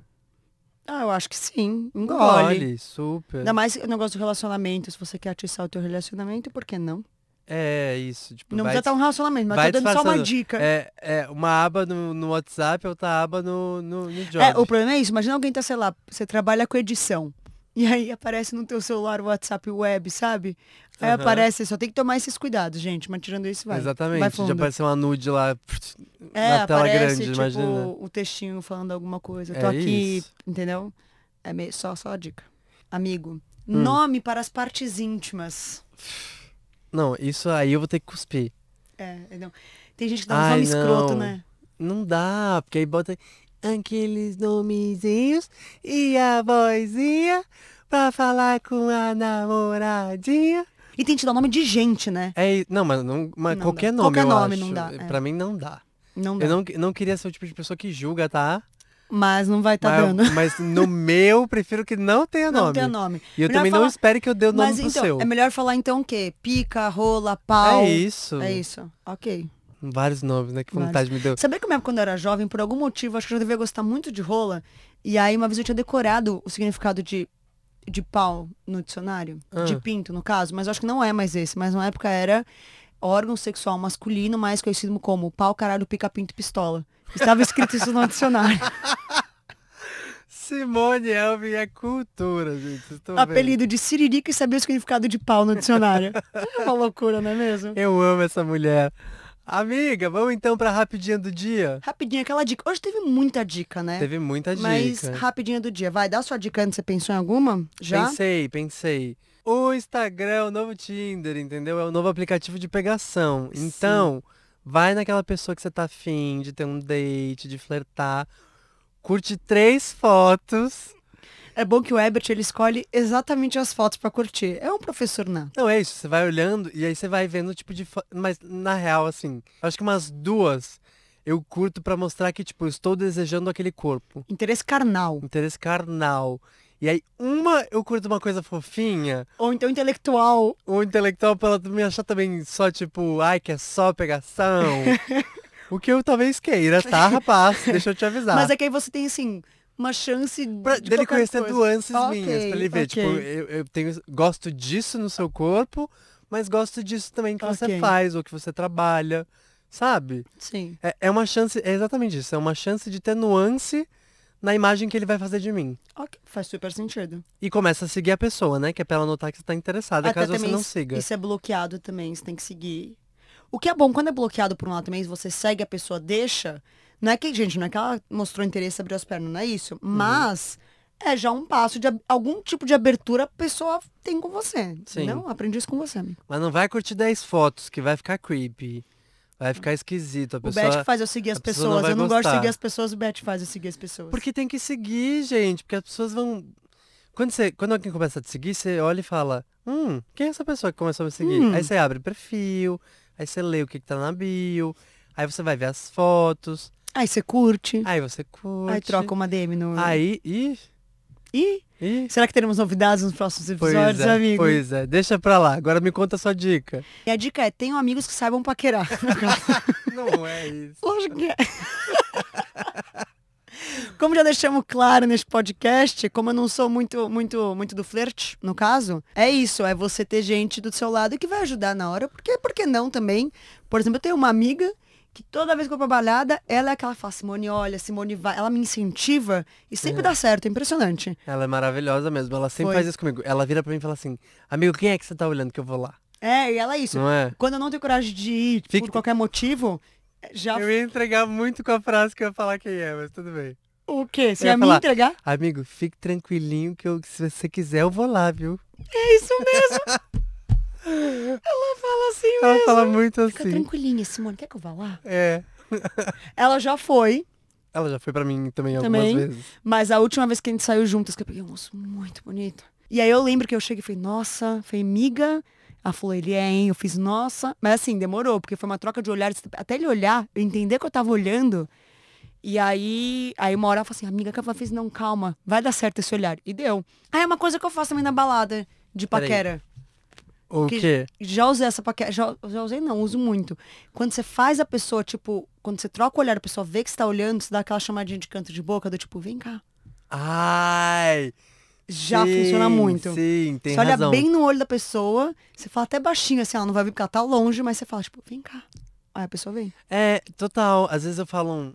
Speaker 2: Ah, eu acho que sim. Engole.
Speaker 1: Engole, super.
Speaker 2: Ainda mais o negócio do relacionamento, se você quer atiçar o teu relacionamento, por que não?
Speaker 1: É isso, tipo,
Speaker 2: Não
Speaker 1: vai,
Speaker 2: precisa estar um relacionamento, mas
Speaker 1: vai
Speaker 2: tô dando só uma
Speaker 1: disfarçando.
Speaker 2: dica. É,
Speaker 1: é, é uma aba no, no WhatsApp, outra aba no, no, no job.
Speaker 2: o problema é isso. Imagina alguém tá, sei lá, você trabalha com edição. E aí aparece no teu celular o WhatsApp web, sabe? Aí
Speaker 1: Aham.
Speaker 2: aparece, só tem que tomar esses cuidados, gente. Mas tirando isso, vai. Vai
Speaker 1: Exatamente.
Speaker 2: fundo.
Speaker 1: Já apareceu uma nude lá pff,
Speaker 2: É,
Speaker 1: na tela
Speaker 2: aparece,
Speaker 1: grande,
Speaker 2: tipo,
Speaker 1: imagina.
Speaker 2: o textinho falando alguma coisa.
Speaker 1: É
Speaker 2: Tô aqui,
Speaker 1: isso.
Speaker 2: entendeu? É meio, só, só a dica. Amigo,
Speaker 1: Hum.
Speaker 2: nome para as partes íntimas.
Speaker 1: Não, isso aí eu vou ter que cuspir.
Speaker 2: É, não. Tem gente que dá um
Speaker 1: Ai,
Speaker 2: nome escroto,
Speaker 1: não.
Speaker 2: né?
Speaker 1: Não dá, porque aí bota aqueles nomezinhos e a vozinha pra falar com a namoradinha.
Speaker 2: E tem que te dar nome de gente, né?
Speaker 1: É, i- não, mas, não, mas
Speaker 2: Não
Speaker 1: qualquer
Speaker 2: dá.
Speaker 1: nome
Speaker 2: Qualquer
Speaker 1: eu
Speaker 2: nome
Speaker 1: acho.
Speaker 2: não dá, é.
Speaker 1: Pra mim não dá.
Speaker 2: Não dá.
Speaker 1: Eu não, não queria ser o tipo de pessoa que julga, tá?
Speaker 2: Mas não vai estar
Speaker 1: mas,
Speaker 2: dando.
Speaker 1: mas no meu, prefiro que não tenha
Speaker 2: Tá Não
Speaker 1: nome.
Speaker 2: tem nome.
Speaker 1: E eu
Speaker 2: Melhor
Speaker 1: também não
Speaker 2: falar-
Speaker 1: espere que eu dê o nome
Speaker 2: Mas
Speaker 1: pro
Speaker 2: então,
Speaker 1: seu.
Speaker 2: é melhor falar então o quê? Pica, rola, pau.
Speaker 1: É isso.
Speaker 2: É isso. Ok.
Speaker 1: Vários nomes, né? Que
Speaker 2: Vários.
Speaker 1: vontade me deu.
Speaker 2: Sabia que eu, quando eu era jovem, por algum motivo, acho que eu já devia gostar muito de rola. E aí, uma vez eu tinha decorado o significado de, de pau no dicionário.
Speaker 1: Ah.
Speaker 2: De pinto, no caso. Mas eu acho que não é mais esse. Mas na época era órgão sexual masculino, mais conhecido como pau, caralho, pica, pinto, pistola. Estava escrito isso no dicionário.
Speaker 1: Simone Elvin é cultura, gente. Vocês estão vendo?
Speaker 2: apelido de Siririca e sabia o significado de pau no dicionário. É uma loucura, não é mesmo?
Speaker 1: Eu amo essa mulher. Amiga, vamos então pra rapidinha do dia?
Speaker 2: Rapidinho, aquela dica. Hoje teve muita dica, né?
Speaker 1: Teve muita dica.
Speaker 2: Mas rapidinha do dia. Vai, dá sua dica antes. Você pensou em alguma? Já?
Speaker 1: Pensei, pensei. O Instagram é o novo Tinder, entendeu? É o novo aplicativo de pegação.
Speaker 2: Sim.
Speaker 1: Então, vai naquela pessoa que você tá afim de ter um date, de flertar. Curte três fotos.
Speaker 2: É bom que o Ebert, ele escolhe exatamente as fotos pra curtir. É um professor nato.
Speaker 1: Não, é isso. Você vai olhando e aí você vai vendo o tipo de foto. Mas, na real, assim, acho que umas duas eu curto pra mostrar que, tipo, eu estou desejando aquele corpo. um
Speaker 2: Interesse carnal.
Speaker 1: Interesse carnal. E aí, uma eu curto uma coisa fofinha.
Speaker 2: Ou então intelectual.
Speaker 1: O um intelectual pra ela me achar também só tipo, ai, que é só pegação. o que eu talvez queira, tá, rapaz? Deixa eu te avisar.
Speaker 2: Mas é que aí você tem, assim, uma chance
Speaker 1: Tá. Pra
Speaker 2: de
Speaker 1: dele
Speaker 2: qualquer
Speaker 1: conhecer
Speaker 2: coisa.
Speaker 1: nuances
Speaker 2: Ok,
Speaker 1: minhas, pra ele ver, tipo,
Speaker 2: ok.
Speaker 1: eu, eu tenho, gosto disso no seu corpo, mas gosto disso também que
Speaker 2: Ok.
Speaker 1: você faz, ou que você trabalha, sabe?
Speaker 2: Sim.
Speaker 1: É, é uma chance, é exatamente isso, é uma chance de ter nuance na imagem que ele vai fazer de mim.
Speaker 2: Ok, faz super sentido.
Speaker 1: E começa a seguir a pessoa, né? Que é pra ela notar que você tá interessada, caso você
Speaker 2: também
Speaker 1: não
Speaker 2: isso-
Speaker 1: siga.
Speaker 2: Isso é bloqueado também, você tem que seguir. O que é bom, quando é bloqueado por um lado também, você segue a pessoa, deixa. Não é que, gente, não é que ela mostrou interesse e abriu as pernas, não é isso.
Speaker 1: Uhum.
Speaker 2: Mas é já um passo de ab- algum tipo de abertura a pessoa tem com você.
Speaker 1: Sim.
Speaker 2: Não, aprendi isso com você, amigo.
Speaker 1: Mas não vai curtir 10 fotos, que vai ficar creepy. Vai ficar esquisito. A
Speaker 2: O Bet
Speaker 1: pessoa.
Speaker 2: que faz eu seguir as
Speaker 1: a pessoa não
Speaker 2: pessoas.
Speaker 1: vai
Speaker 2: eu não gosto de
Speaker 1: gostar.
Speaker 2: seguir as pessoas, o Bet faz eu seguir as pessoas.
Speaker 1: Porque tem que seguir, gente. Porque as pessoas vão. Quando, você... Quando alguém começa a te seguir, você olha e fala: Hum, quem é essa pessoa que começou a me seguir?
Speaker 2: Hum.
Speaker 1: Aí você abre o perfil, aí você lê o que, que tá na bio, aí você vai ver as fotos,
Speaker 2: Aí você curte,
Speaker 1: aí você curte.
Speaker 2: aí troca uma DM no.
Speaker 1: Aí. Ih,
Speaker 2: Ih,
Speaker 1: ih.
Speaker 2: será que teremos novidades nos próximos
Speaker 1: Pois
Speaker 2: episódios,
Speaker 1: é,
Speaker 2: amigo?
Speaker 1: pois é, deixa pra lá. Agora me conta a sua dica.
Speaker 2: E a dica é: tenham amigos que saibam paquerar.
Speaker 1: Não é isso.
Speaker 2: Lógico que é. Como já deixamos claro neste podcast, como eu não sou muito muito muito do flerte, no caso, é isso, é você ter gente do seu lado que vai ajudar na hora, porque por que não também? Por exemplo, eu tenho uma amiga que toda vez que eu vou pra balada, ela é aquela que fala, Simone, olha, Simone vai, ela me incentiva e sempre dá certo, é impressionante.
Speaker 1: Ela é maravilhosa mesmo, ela sempre
Speaker 2: Foi.
Speaker 1: faz isso comigo. Ela vira pra mim e fala assim: Amigo, quem é que você tá olhando que eu vou lá?
Speaker 2: É, e ela é isso.
Speaker 1: Não é?
Speaker 2: Quando eu não tenho coragem de ir tipo, por
Speaker 1: Fica-
Speaker 2: qualquer motivo, já
Speaker 1: Eu ia entregar muito com a frase que eu ia falar quem é, mas tudo bem.
Speaker 2: o quê? Você
Speaker 1: Eu ia
Speaker 2: ia me
Speaker 1: falar,
Speaker 2: entregar?
Speaker 1: Amigo, fique tranquilinho que eu- se você quiser eu vou lá, viu?
Speaker 2: É isso mesmo. ela fala assim
Speaker 1: Ela fala muito
Speaker 2: Fica
Speaker 1: assim.
Speaker 2: tranquilinha, Simone. Quer que eu vá lá?
Speaker 1: É.
Speaker 2: Ela já foi,
Speaker 1: Ela já foi pra mim também algumas
Speaker 2: Também.
Speaker 1: vezes.
Speaker 2: mas a última vez que a gente saiu juntas, que eu peguei um moço muito bonito. E aí eu lembro que eu cheguei e falei, nossa, foi miga. Ela falou, ele é, hein? Eu fiz, nossa. Mas assim, demorou, porque foi uma troca de olhares. Até ele olhar, eu entender que eu tava olhando. E aí, aí uma hora ela falou assim, amiga, que ela fez, não, calma, vai dar certo esse olhar. E deu. Aí é uma coisa que eu faço também na balada de
Speaker 1: Peraí.
Speaker 2: paquera.
Speaker 1: O
Speaker 2: Que-
Speaker 1: quê?
Speaker 2: Já usei essa paquera. Já, já usei, não, uso muito. Quando você faz a pessoa, tipo, quando você troca o olhar, a pessoa vê que você tá olhando, você dá aquela chamadinha de canto de boca do tipo, vem cá.
Speaker 1: Ai!
Speaker 2: Já
Speaker 1: sim,
Speaker 2: funciona muito.
Speaker 1: Sim, tem
Speaker 2: você
Speaker 1: razão.
Speaker 2: olha bem no olho da pessoa, você fala até baixinho, assim, ela não vai ver porque ela tá longe, mas você fala, tipo, vem cá. Aí a pessoa vem.
Speaker 1: É, total. Às vezes eu falo um,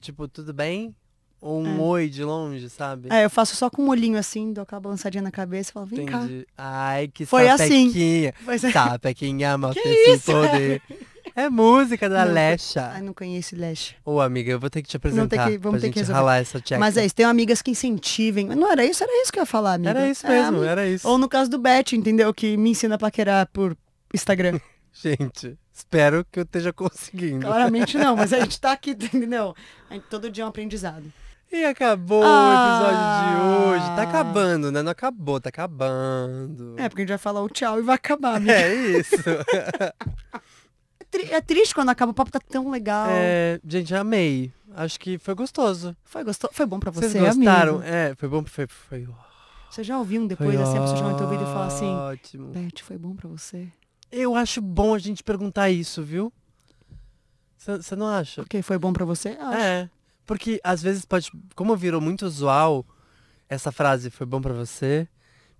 Speaker 1: tipo, tudo bem? Ou
Speaker 2: É.
Speaker 1: um oi de longe, sabe?
Speaker 2: Aí eu faço só com um olhinho assim, dou aquela balançadinha na cabeça e falo, vem cá.
Speaker 1: Entendi. Ai, que
Speaker 2: Foi assim.
Speaker 1: sapequinha.
Speaker 2: Mas é-
Speaker 1: Tá, Pequinha, mas sem poder. É música da
Speaker 2: Não,
Speaker 1: Lesha.
Speaker 2: Ai, não conheço Lash.
Speaker 1: Ô, amiga, eu vou ter que te
Speaker 2: Não, tem
Speaker 1: apresentar
Speaker 2: que- vamos
Speaker 1: pra
Speaker 2: ter
Speaker 1: gente
Speaker 2: que resolver.
Speaker 1: ralar essa tcheca.
Speaker 2: Mas é isso, tem amigas que incentivem. Não era isso? Era isso que eu ia falar, amiga.
Speaker 1: Era isso
Speaker 2: É,
Speaker 1: mesmo,
Speaker 2: amiga.
Speaker 1: era isso.
Speaker 2: Ou no caso do Bet, entendeu? Que me ensina a paquerar por Instagram.
Speaker 1: Gente, espero que eu esteja conseguindo.
Speaker 2: Claramente não, mas a gente tá aqui, entendeu? A gente- todo dia é um aprendizado.
Speaker 1: E acabou
Speaker 2: Ah.
Speaker 1: o episódio de hoje. Tá acabando, né? Não acabou, tá acabando.
Speaker 2: É, porque a gente vai falar o tchau e vai acabar. amiga.
Speaker 1: É isso.
Speaker 2: É, tri- é triste quando acaba, o papo tá tão legal.
Speaker 1: É, gente, amei. Acho que foi gostoso.
Speaker 2: Foi gostoso? Foi bom pra você,
Speaker 1: Vocês gostaram?
Speaker 2: amigo?
Speaker 1: É, foi bom. Foi, foi, foi
Speaker 2: Você já ouviu um depois, assim, a pessoa já vai ter ouvido e falar assim,
Speaker 1: Ótimo.
Speaker 2: Beth, foi bom pra você?
Speaker 1: Eu acho bom a gente perguntar isso, viu? Você não acha?
Speaker 2: Porque foi bom pra você? Ah,
Speaker 1: É. Porque às vezes pode. Como virou muito usual essa frase foi bom pra você,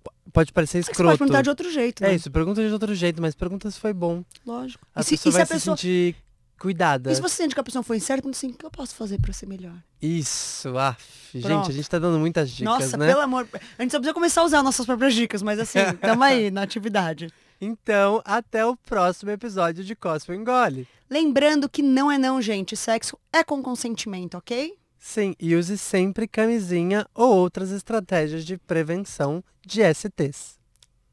Speaker 1: po- pode parecer
Speaker 2: mas Você pode
Speaker 1: escroto.
Speaker 2: perguntar de outro jeito,
Speaker 1: É
Speaker 2: né?
Speaker 1: isso, pergunta de outro jeito, mas pergunta se foi bom.
Speaker 2: Lógico.
Speaker 1: A
Speaker 2: e se,
Speaker 1: pessoa
Speaker 2: e se
Speaker 1: vai
Speaker 2: a pessoa...
Speaker 1: se sentir cuidada.
Speaker 2: E se você sente que a pessoa foi incerta, pergunta assim, o que eu posso fazer pra ser melhor?
Speaker 1: Isso, af.
Speaker 2: Pronto.
Speaker 1: Gente, a gente tá dando muitas dicas,
Speaker 2: Nossa,
Speaker 1: né?
Speaker 2: pelo amor... A gente só precisa começar a usar nossas próprias dicas, mas assim, tamo aí, na atividade.
Speaker 1: Então, até o próximo episódio de Cosmo Engole.
Speaker 2: Lembrando que não é não, gente. Sexo é com consentimento, ok?
Speaker 1: Sim, e use sempre camisinha ou outras estratégias de prevenção de STs.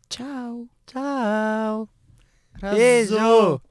Speaker 2: Tchau.
Speaker 1: Tchau!
Speaker 2: Arrasou.
Speaker 1: Beijo!